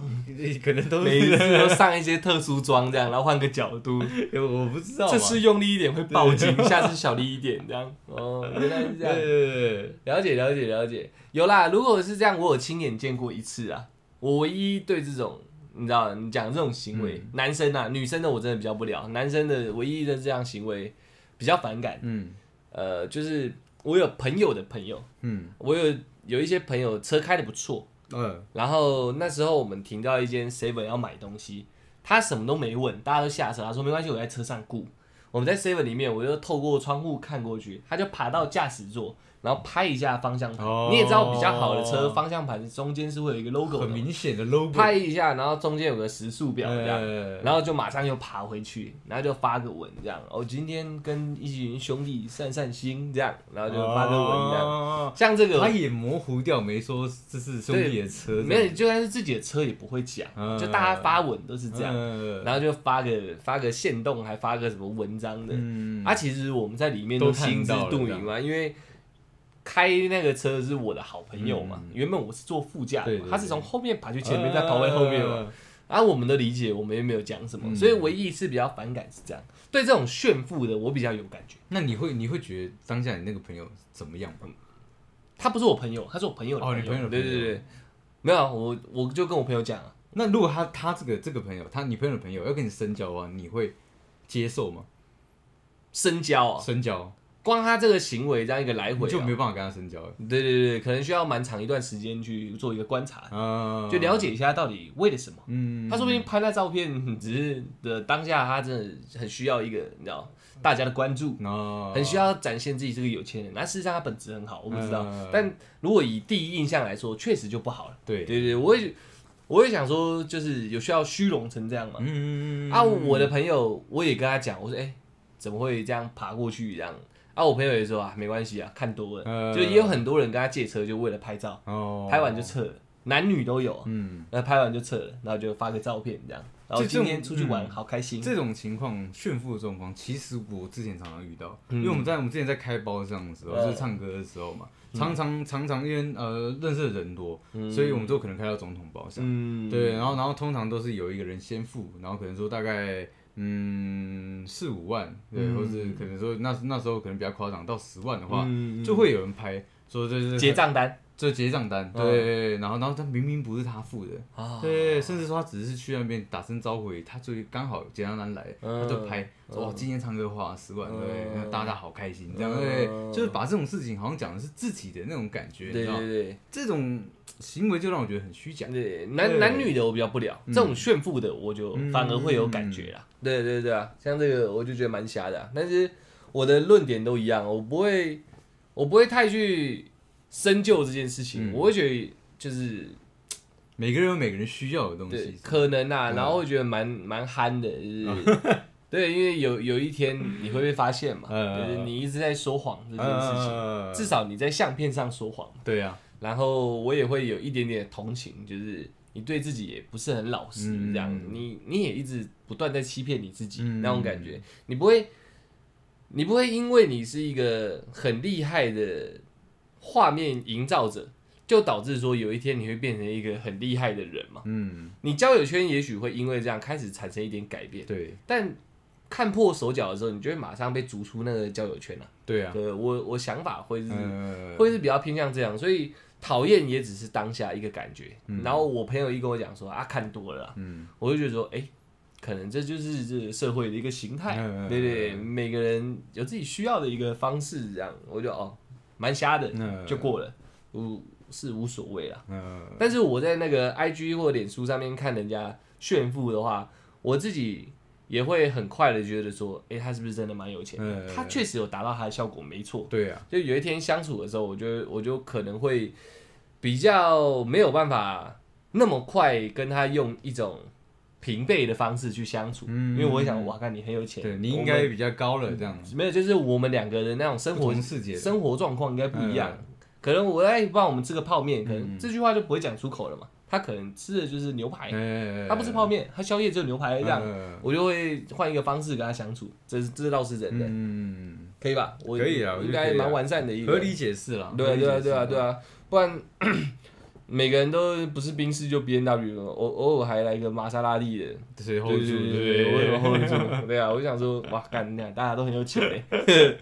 可能都每一是次都上一些特殊妆这样，然后换个角度， 我不知道嘛，这次用力一点会爆筋，下次小力一点这 样。哦，原来是这对样，对对对了解了解了解。有啦，如果是这样，我有亲眼见过一次啊。我唯一对这种你知道你讲这种行为，嗯男生啊，女生的我真的比较不了，男生的唯一的这样行为比较反感。嗯呃，就是我有朋友的朋友，嗯我有有一些朋友车开的不错，呃然后那时候我们停到一间 Seven 要买东西，他什么都没问，大家都下车，他说没关系，我在车上顾。我们在 Seven 里面，我就透过窗户看过去，他就爬到驾驶座，然后拍一下方向盘。哦你也知道，比较好的车方向盘中间是会有一个 logo 很的，明显的 logo，拍一下，然后中间有个时速表这样。呃然后就马上又爬回去，然后就发个文这样，哦，今天跟一群兄弟散散心这样，然后就发个文这样，哦像这个他也模糊掉，没说这是兄弟的车，没有，就算是自己的车也不会讲，嗯就大家发文都是这样，嗯然后就发个发个线动，还发个什么文章的。嗯，啊，其实我们在里面都看心知到了肚明嘛，因为开那个车是我的好朋友嘛，嗯原本我是坐副驾的嘛，对对对嗯他是从后面爬去前面，再爬回后面嘛。啊，我们的理解我们也没有讲什么，嗯所以唯一一次比较反感是这样。对这种炫富的，我比较有感觉。那你会你会觉得当下你那个朋友怎么样吗？他不是我朋友，他是我朋友的哦朋你朋友的对朋对友对，没有啊，我我就跟我朋友讲啊，那如果他他这个这个朋友，他你朋友的朋友要跟你深交啊，你会接受吗？深交啊，深交光他这个行为这样一个来回、你啊，就没有办法跟他深交了。对对对，可能需要蛮长一段时间去做一个观察，啊，就了解一下到底为了什么。嗯，他说不定拍那照片，只是的当下他真的很需要一个，你知道大家的关注，哦，很需要展现自己是个有钱人。那事实上他本质很好，我不知道嗯。但如果以第一印象来说，确实就不好了。对对对，对，我也我也想说，就是有需要虚荣成这样嘛？嗯啊，我的朋友我也跟他讲，我说哎、怎么会这样爬过去这样？啊，我朋友也说啊，没关系啊，看多了，嗯就也有很多人跟他借车，就为了拍照，哦，拍完就撤了，男女都有啊，嗯，那拍完就撤了，然后就发个照片这样，然后这今天这出种去玩嗯好开心，这种情况炫富的状况，其实我之前常常遇到，因为我们在我们之前在开包厢的时候，嗯就是唱歌的时候嘛，常常常常因为呃认识的人多，所以我们就可能开到总统包厢。嗯，对，然后然后通常都是有一个人先付，然后可能说大概嗯四五万，对，或是可能说那那时候可能比较夸张，到十万的话，嗯就会有人拍说这是结账单这结账单，嗯对，然后然后他明明不是他付的，啊，对，甚至说他只是去那边打声招呼而已，他就刚好结账单来，嗯他就拍说哇今天唱歌花了十万，对，嗯大家好开心，这样嗯对，就是把这种事情好像讲的是自己的那种感觉，对你知对道吗，对这种行为就让我觉得很虚假对，。对男对嗯男女的我比较不了，这种炫富的我就反而会有感觉啦，对对对啊，像这个我就觉得蛮瞎的啊，但是我的论点都一样，我不会我不会太去深究这件事情，嗯我会觉得就是每个人有每个人需要的东对西，，可能啊，嗯然后会觉得蛮蛮憨的，就是 对，因为有有一天你会被发现嘛，嗯就是你一直在说谎这这件事情，嗯至少你在相片上说谎，对啊，然后我也会有一点点同情，就是你对自己也不是很老实，嗯这样你你也一直不断在欺骗你自己嗯那种感觉，你不会，你不会因为你是一个很厉害的画面营造者，就导致说有一天你会变成一个很厉害的人嘛。嗯，你交友圈也许会因为这样开始产生一点改变，对但看破手脚的时候，你就会马上被逐出那个交友圈了、对啊，对我，我想法会是、呃，会是比较偏向这样，所以讨厌也只是当下一个感觉。然后我朋友一跟我讲说啊，看多了啊、 嗯我就觉得说，哎、可能这就是这个社会的一个形态，嗯嗯嗯对对，每个人有自己需要的一个方式，这样我就哦，蛮瞎的，嗯就过了，无是无所谓啦。呃，但是我在那个 IG 或脸书上面看人家炫富的话，我自己也会很快的觉得说，诶，他是不是真的蛮有钱的？嗯他确实有达到他的效果，没错。对啊，就有一天相处的时候，我就我就可能会比较没有办法那么快跟他用一种平辈的方式去相处，嗯因为我会想，哇，看你很有钱，对你我应们该比较高了，这样没有，就是我们两个人那种生不活同世界的生活状况应该不一样。嗯可能我哎，帮我们吃个泡面，可能这句话就不会讲出口了嘛。他可能吃的就是牛排，哎，他不吃泡面，他宵夜只有牛排这样，呃我就会换一个方式跟他相处。这是这倒是真的，嗯，可以吧？我可以啊我觉应得该可以啊蛮完善的一个合理解释啦，对啊，对啊，对啊，对啊，啊，不然 每个人都不是宾士就 B N W，偶偶尔还来个玛莎拉蒂的，随后对住，对对对对，我有 hold 住， 对啊，我就想说，哇，干，大家都很有钱欸，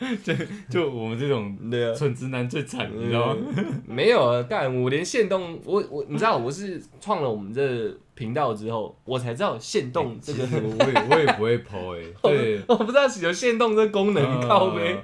就我们这种对 啊，蠢直男最惨，你知道吗？没有啊，干，我连线动，我我你知道我是创了我们这频道之后，我才知道线动这哎其个，实我也我也不会抛 哎，对， 我不知道有线动这功能，呃靠呗，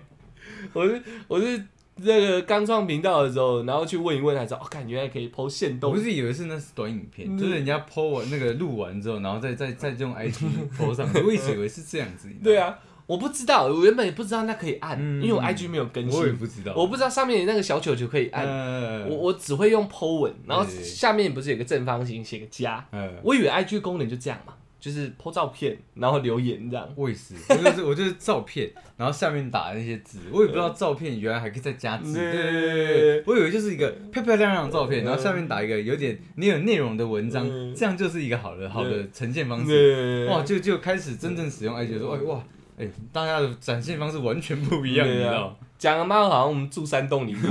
我是我是。这个刚创频道的时候，然后去问一问，才知道哦，感原来可以 PO 线我动不，是以为是那是短影片，嗯就是人家 PO 完那个录完之后，然后再再再用 IG PO 上去，我一直以为是这样子。你知道 吗对，啊，我不知道，我原本也不知道那可以按，嗯因为我 IG 没有更新，我我也不知道，不知道上面那个小球球可以按，呃我我只会用 Po 文，然后对下面不是有个正方形写个加，呃，我以为 IG 功能就这样嘛，就是 Po 照片，然后留言这样。我也是，我就是我就是照片，然后下面打那些字，我也不知道照片原来还可以再加字。对对对对对对，我以为就是一个漂漂亮亮的照片，然后下面打一个有点你有内容的文章嗯，这样就是一个好的好的呈现方式。对哇，就就开始真正使用 IG 说，哎哇，哎，大家的展现方式完全不一样，你对知啊道吗？ 讲的妈好像我们住山洞里面，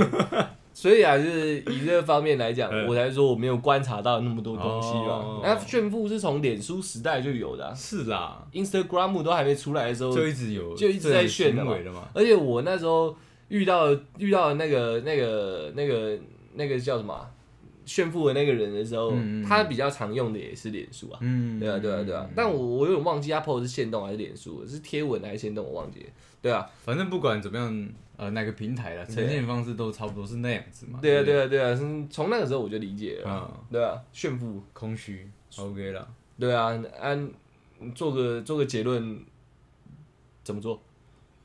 所以啊，就是以这个方面来讲，嗯我才说我没有观察到那么多东西嘛哦。那炫富是从脸书时代就有的啊是啦， ，Instagram 都还没出来的时候，就一直有就一直在炫的行嘛为的嘛，而且我那时候遇到遇到那个那个那个那个叫什么啊、炫富的那个人的时候，嗯嗯嗯他比较常用的也是脸书啊。嗯，对啊，对啊，对啊，但我我有点忘记他 PO 的是线动还是脸书，是贴文还是线动，我忘记了。对啊，反正不管怎么样，呃，哪个平台啦，呈现方式都差不多是那样子嘛，对啊，不对啊，对啊，是从那个时候我就理解了。嗯，对啊，炫富，空虚，OK 啦，对啊，按做个做个结论，怎么做？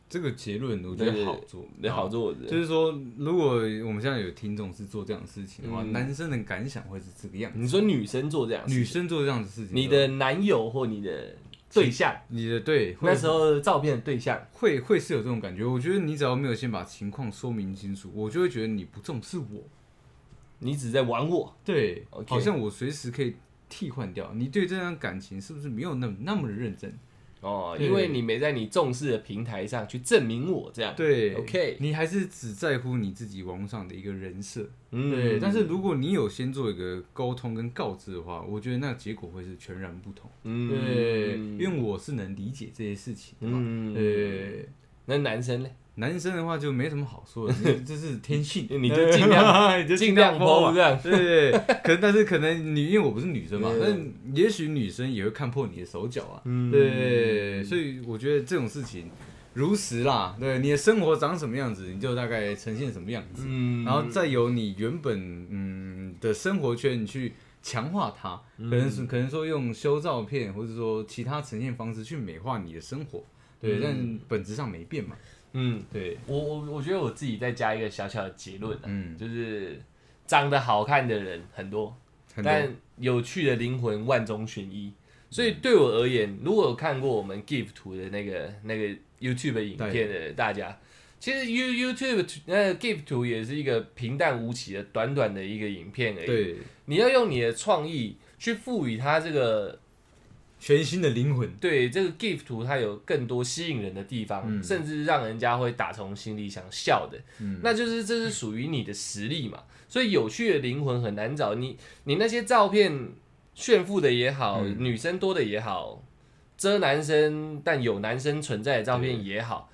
这个结论我觉得好做，你好做我觉得就是说，如果我们现在有听众是做这样的事情的话，嗯男生的感想会是这个样子。你说女生做这样的事情，女生做这样的事情，你的男友或你的对象，你的对，会那时候照片的对象，会会是有这种感觉。我觉得你只要没有先把情况说明清楚，我就会觉得你不重视我。你只在玩我，对 OK 好像我随时可以替换掉。你对这段感情是不是没有那么那么的认真？哦，对因为你没在你重视的平台上去证明我这样。对 OK 你还是只在乎你自己网络上的一个人设。嗯对，但是如果你有先做一个沟通跟告知的话，我觉得那结果会是全然不同。嗯对，因为我是能理解这些事情的嘛。嗯，对，那男生呢？男生的话就没什么 好说的，这这是天性，你就尽量 你就尽尽量量剖剖这吧。样。 对对，对可能但是可能女，因为我不是女生嘛，嗯但也许女生也会看破你的手脚啊。嗯对，所以我觉得这种事情如实啦，对你的生活长什么样子，你就大概呈现什么样子，嗯然后再由你原本嗯的生活圈你去强化它，可能是、可能说用修照片，或者说其他呈现方式去美化你的生活，对，嗯但本质上没变嘛，嗯，对，我我我觉得我自己再加一个小小的结论、啊，嗯，就是长得好看的人很多，嗯很多但有趣的灵魂万中选一。所以对我而言，如果有看过我们 GIF 图的那个那个 YouTube 影片的大家，其实 You YouTube 图那个 GIF 图也是一个平淡无奇的短短的一个影片而已。对你要用你的创意去赋予它这个全新的灵魂，对这个 GIF 图，它有更多吸引人的地方，嗯甚至让人家会打从心里想笑的。嗯那就是这是属于你的实力嘛。所以有趣的灵魂很难找，你你那些照片炫富的也好，嗯女生多的也好，遮男生但有男生存在的照对片也好，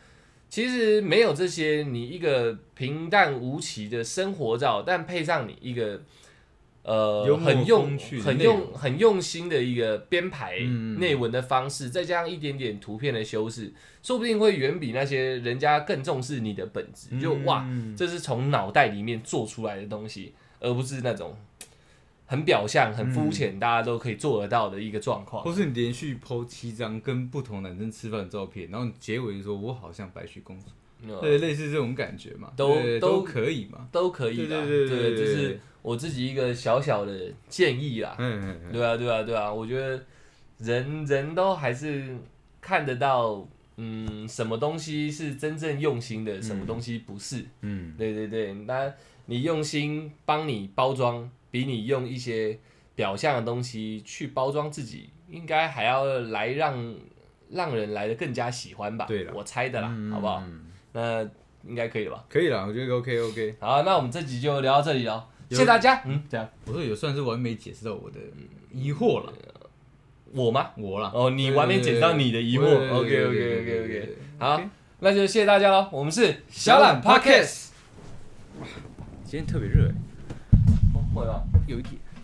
其实没有这些，你一个平淡无奇的生活照，但配上你一个。呃幽，默很用风趣的很内容用很用心的一个编排嗯内文的方式，再加上一点点图片的修饰，说不定会远比那些人家更重视你的本质。就哇，嗯这是从脑袋里面做出来的东西，而不是那种很表象、很肤浅，嗯大家都可以做得到的一个状况。或是你连续剖七张跟不同男生吃饭的照片，然后你结尾就说“我好像白雪公主”，呃对，类似这种感觉嘛，都对都都可以嘛。都可以的，对对对对这对是我自己一个小小的建议啦。嗯嗯嗯，对啊，对啊，对啊，我觉得人人都还是看得到，嗯，什么东西是真正用心的，什么东西不是。嗯，对对对，那你用心帮你包装，比你用一些表象的东西去包装自己，应该还要来让让人来的更加喜欢吧？对啦我猜的啦，嗯好不好？？嗯那应该可以了吧？可以啦，我觉得 OK OK。好，那我们这集就聊到这里了，谢有谢大家。嗯，这样我说也算是完美解释到我的疑惑了，我吗？我啦。哦，你对完美解到你的疑惑。对对对 OK 对 OK 对对 OK 对对 OK，对好 OK，那就谢谢大家喽。我们是小懒 Pockets，今天特别热欸，哦会吧？有一点。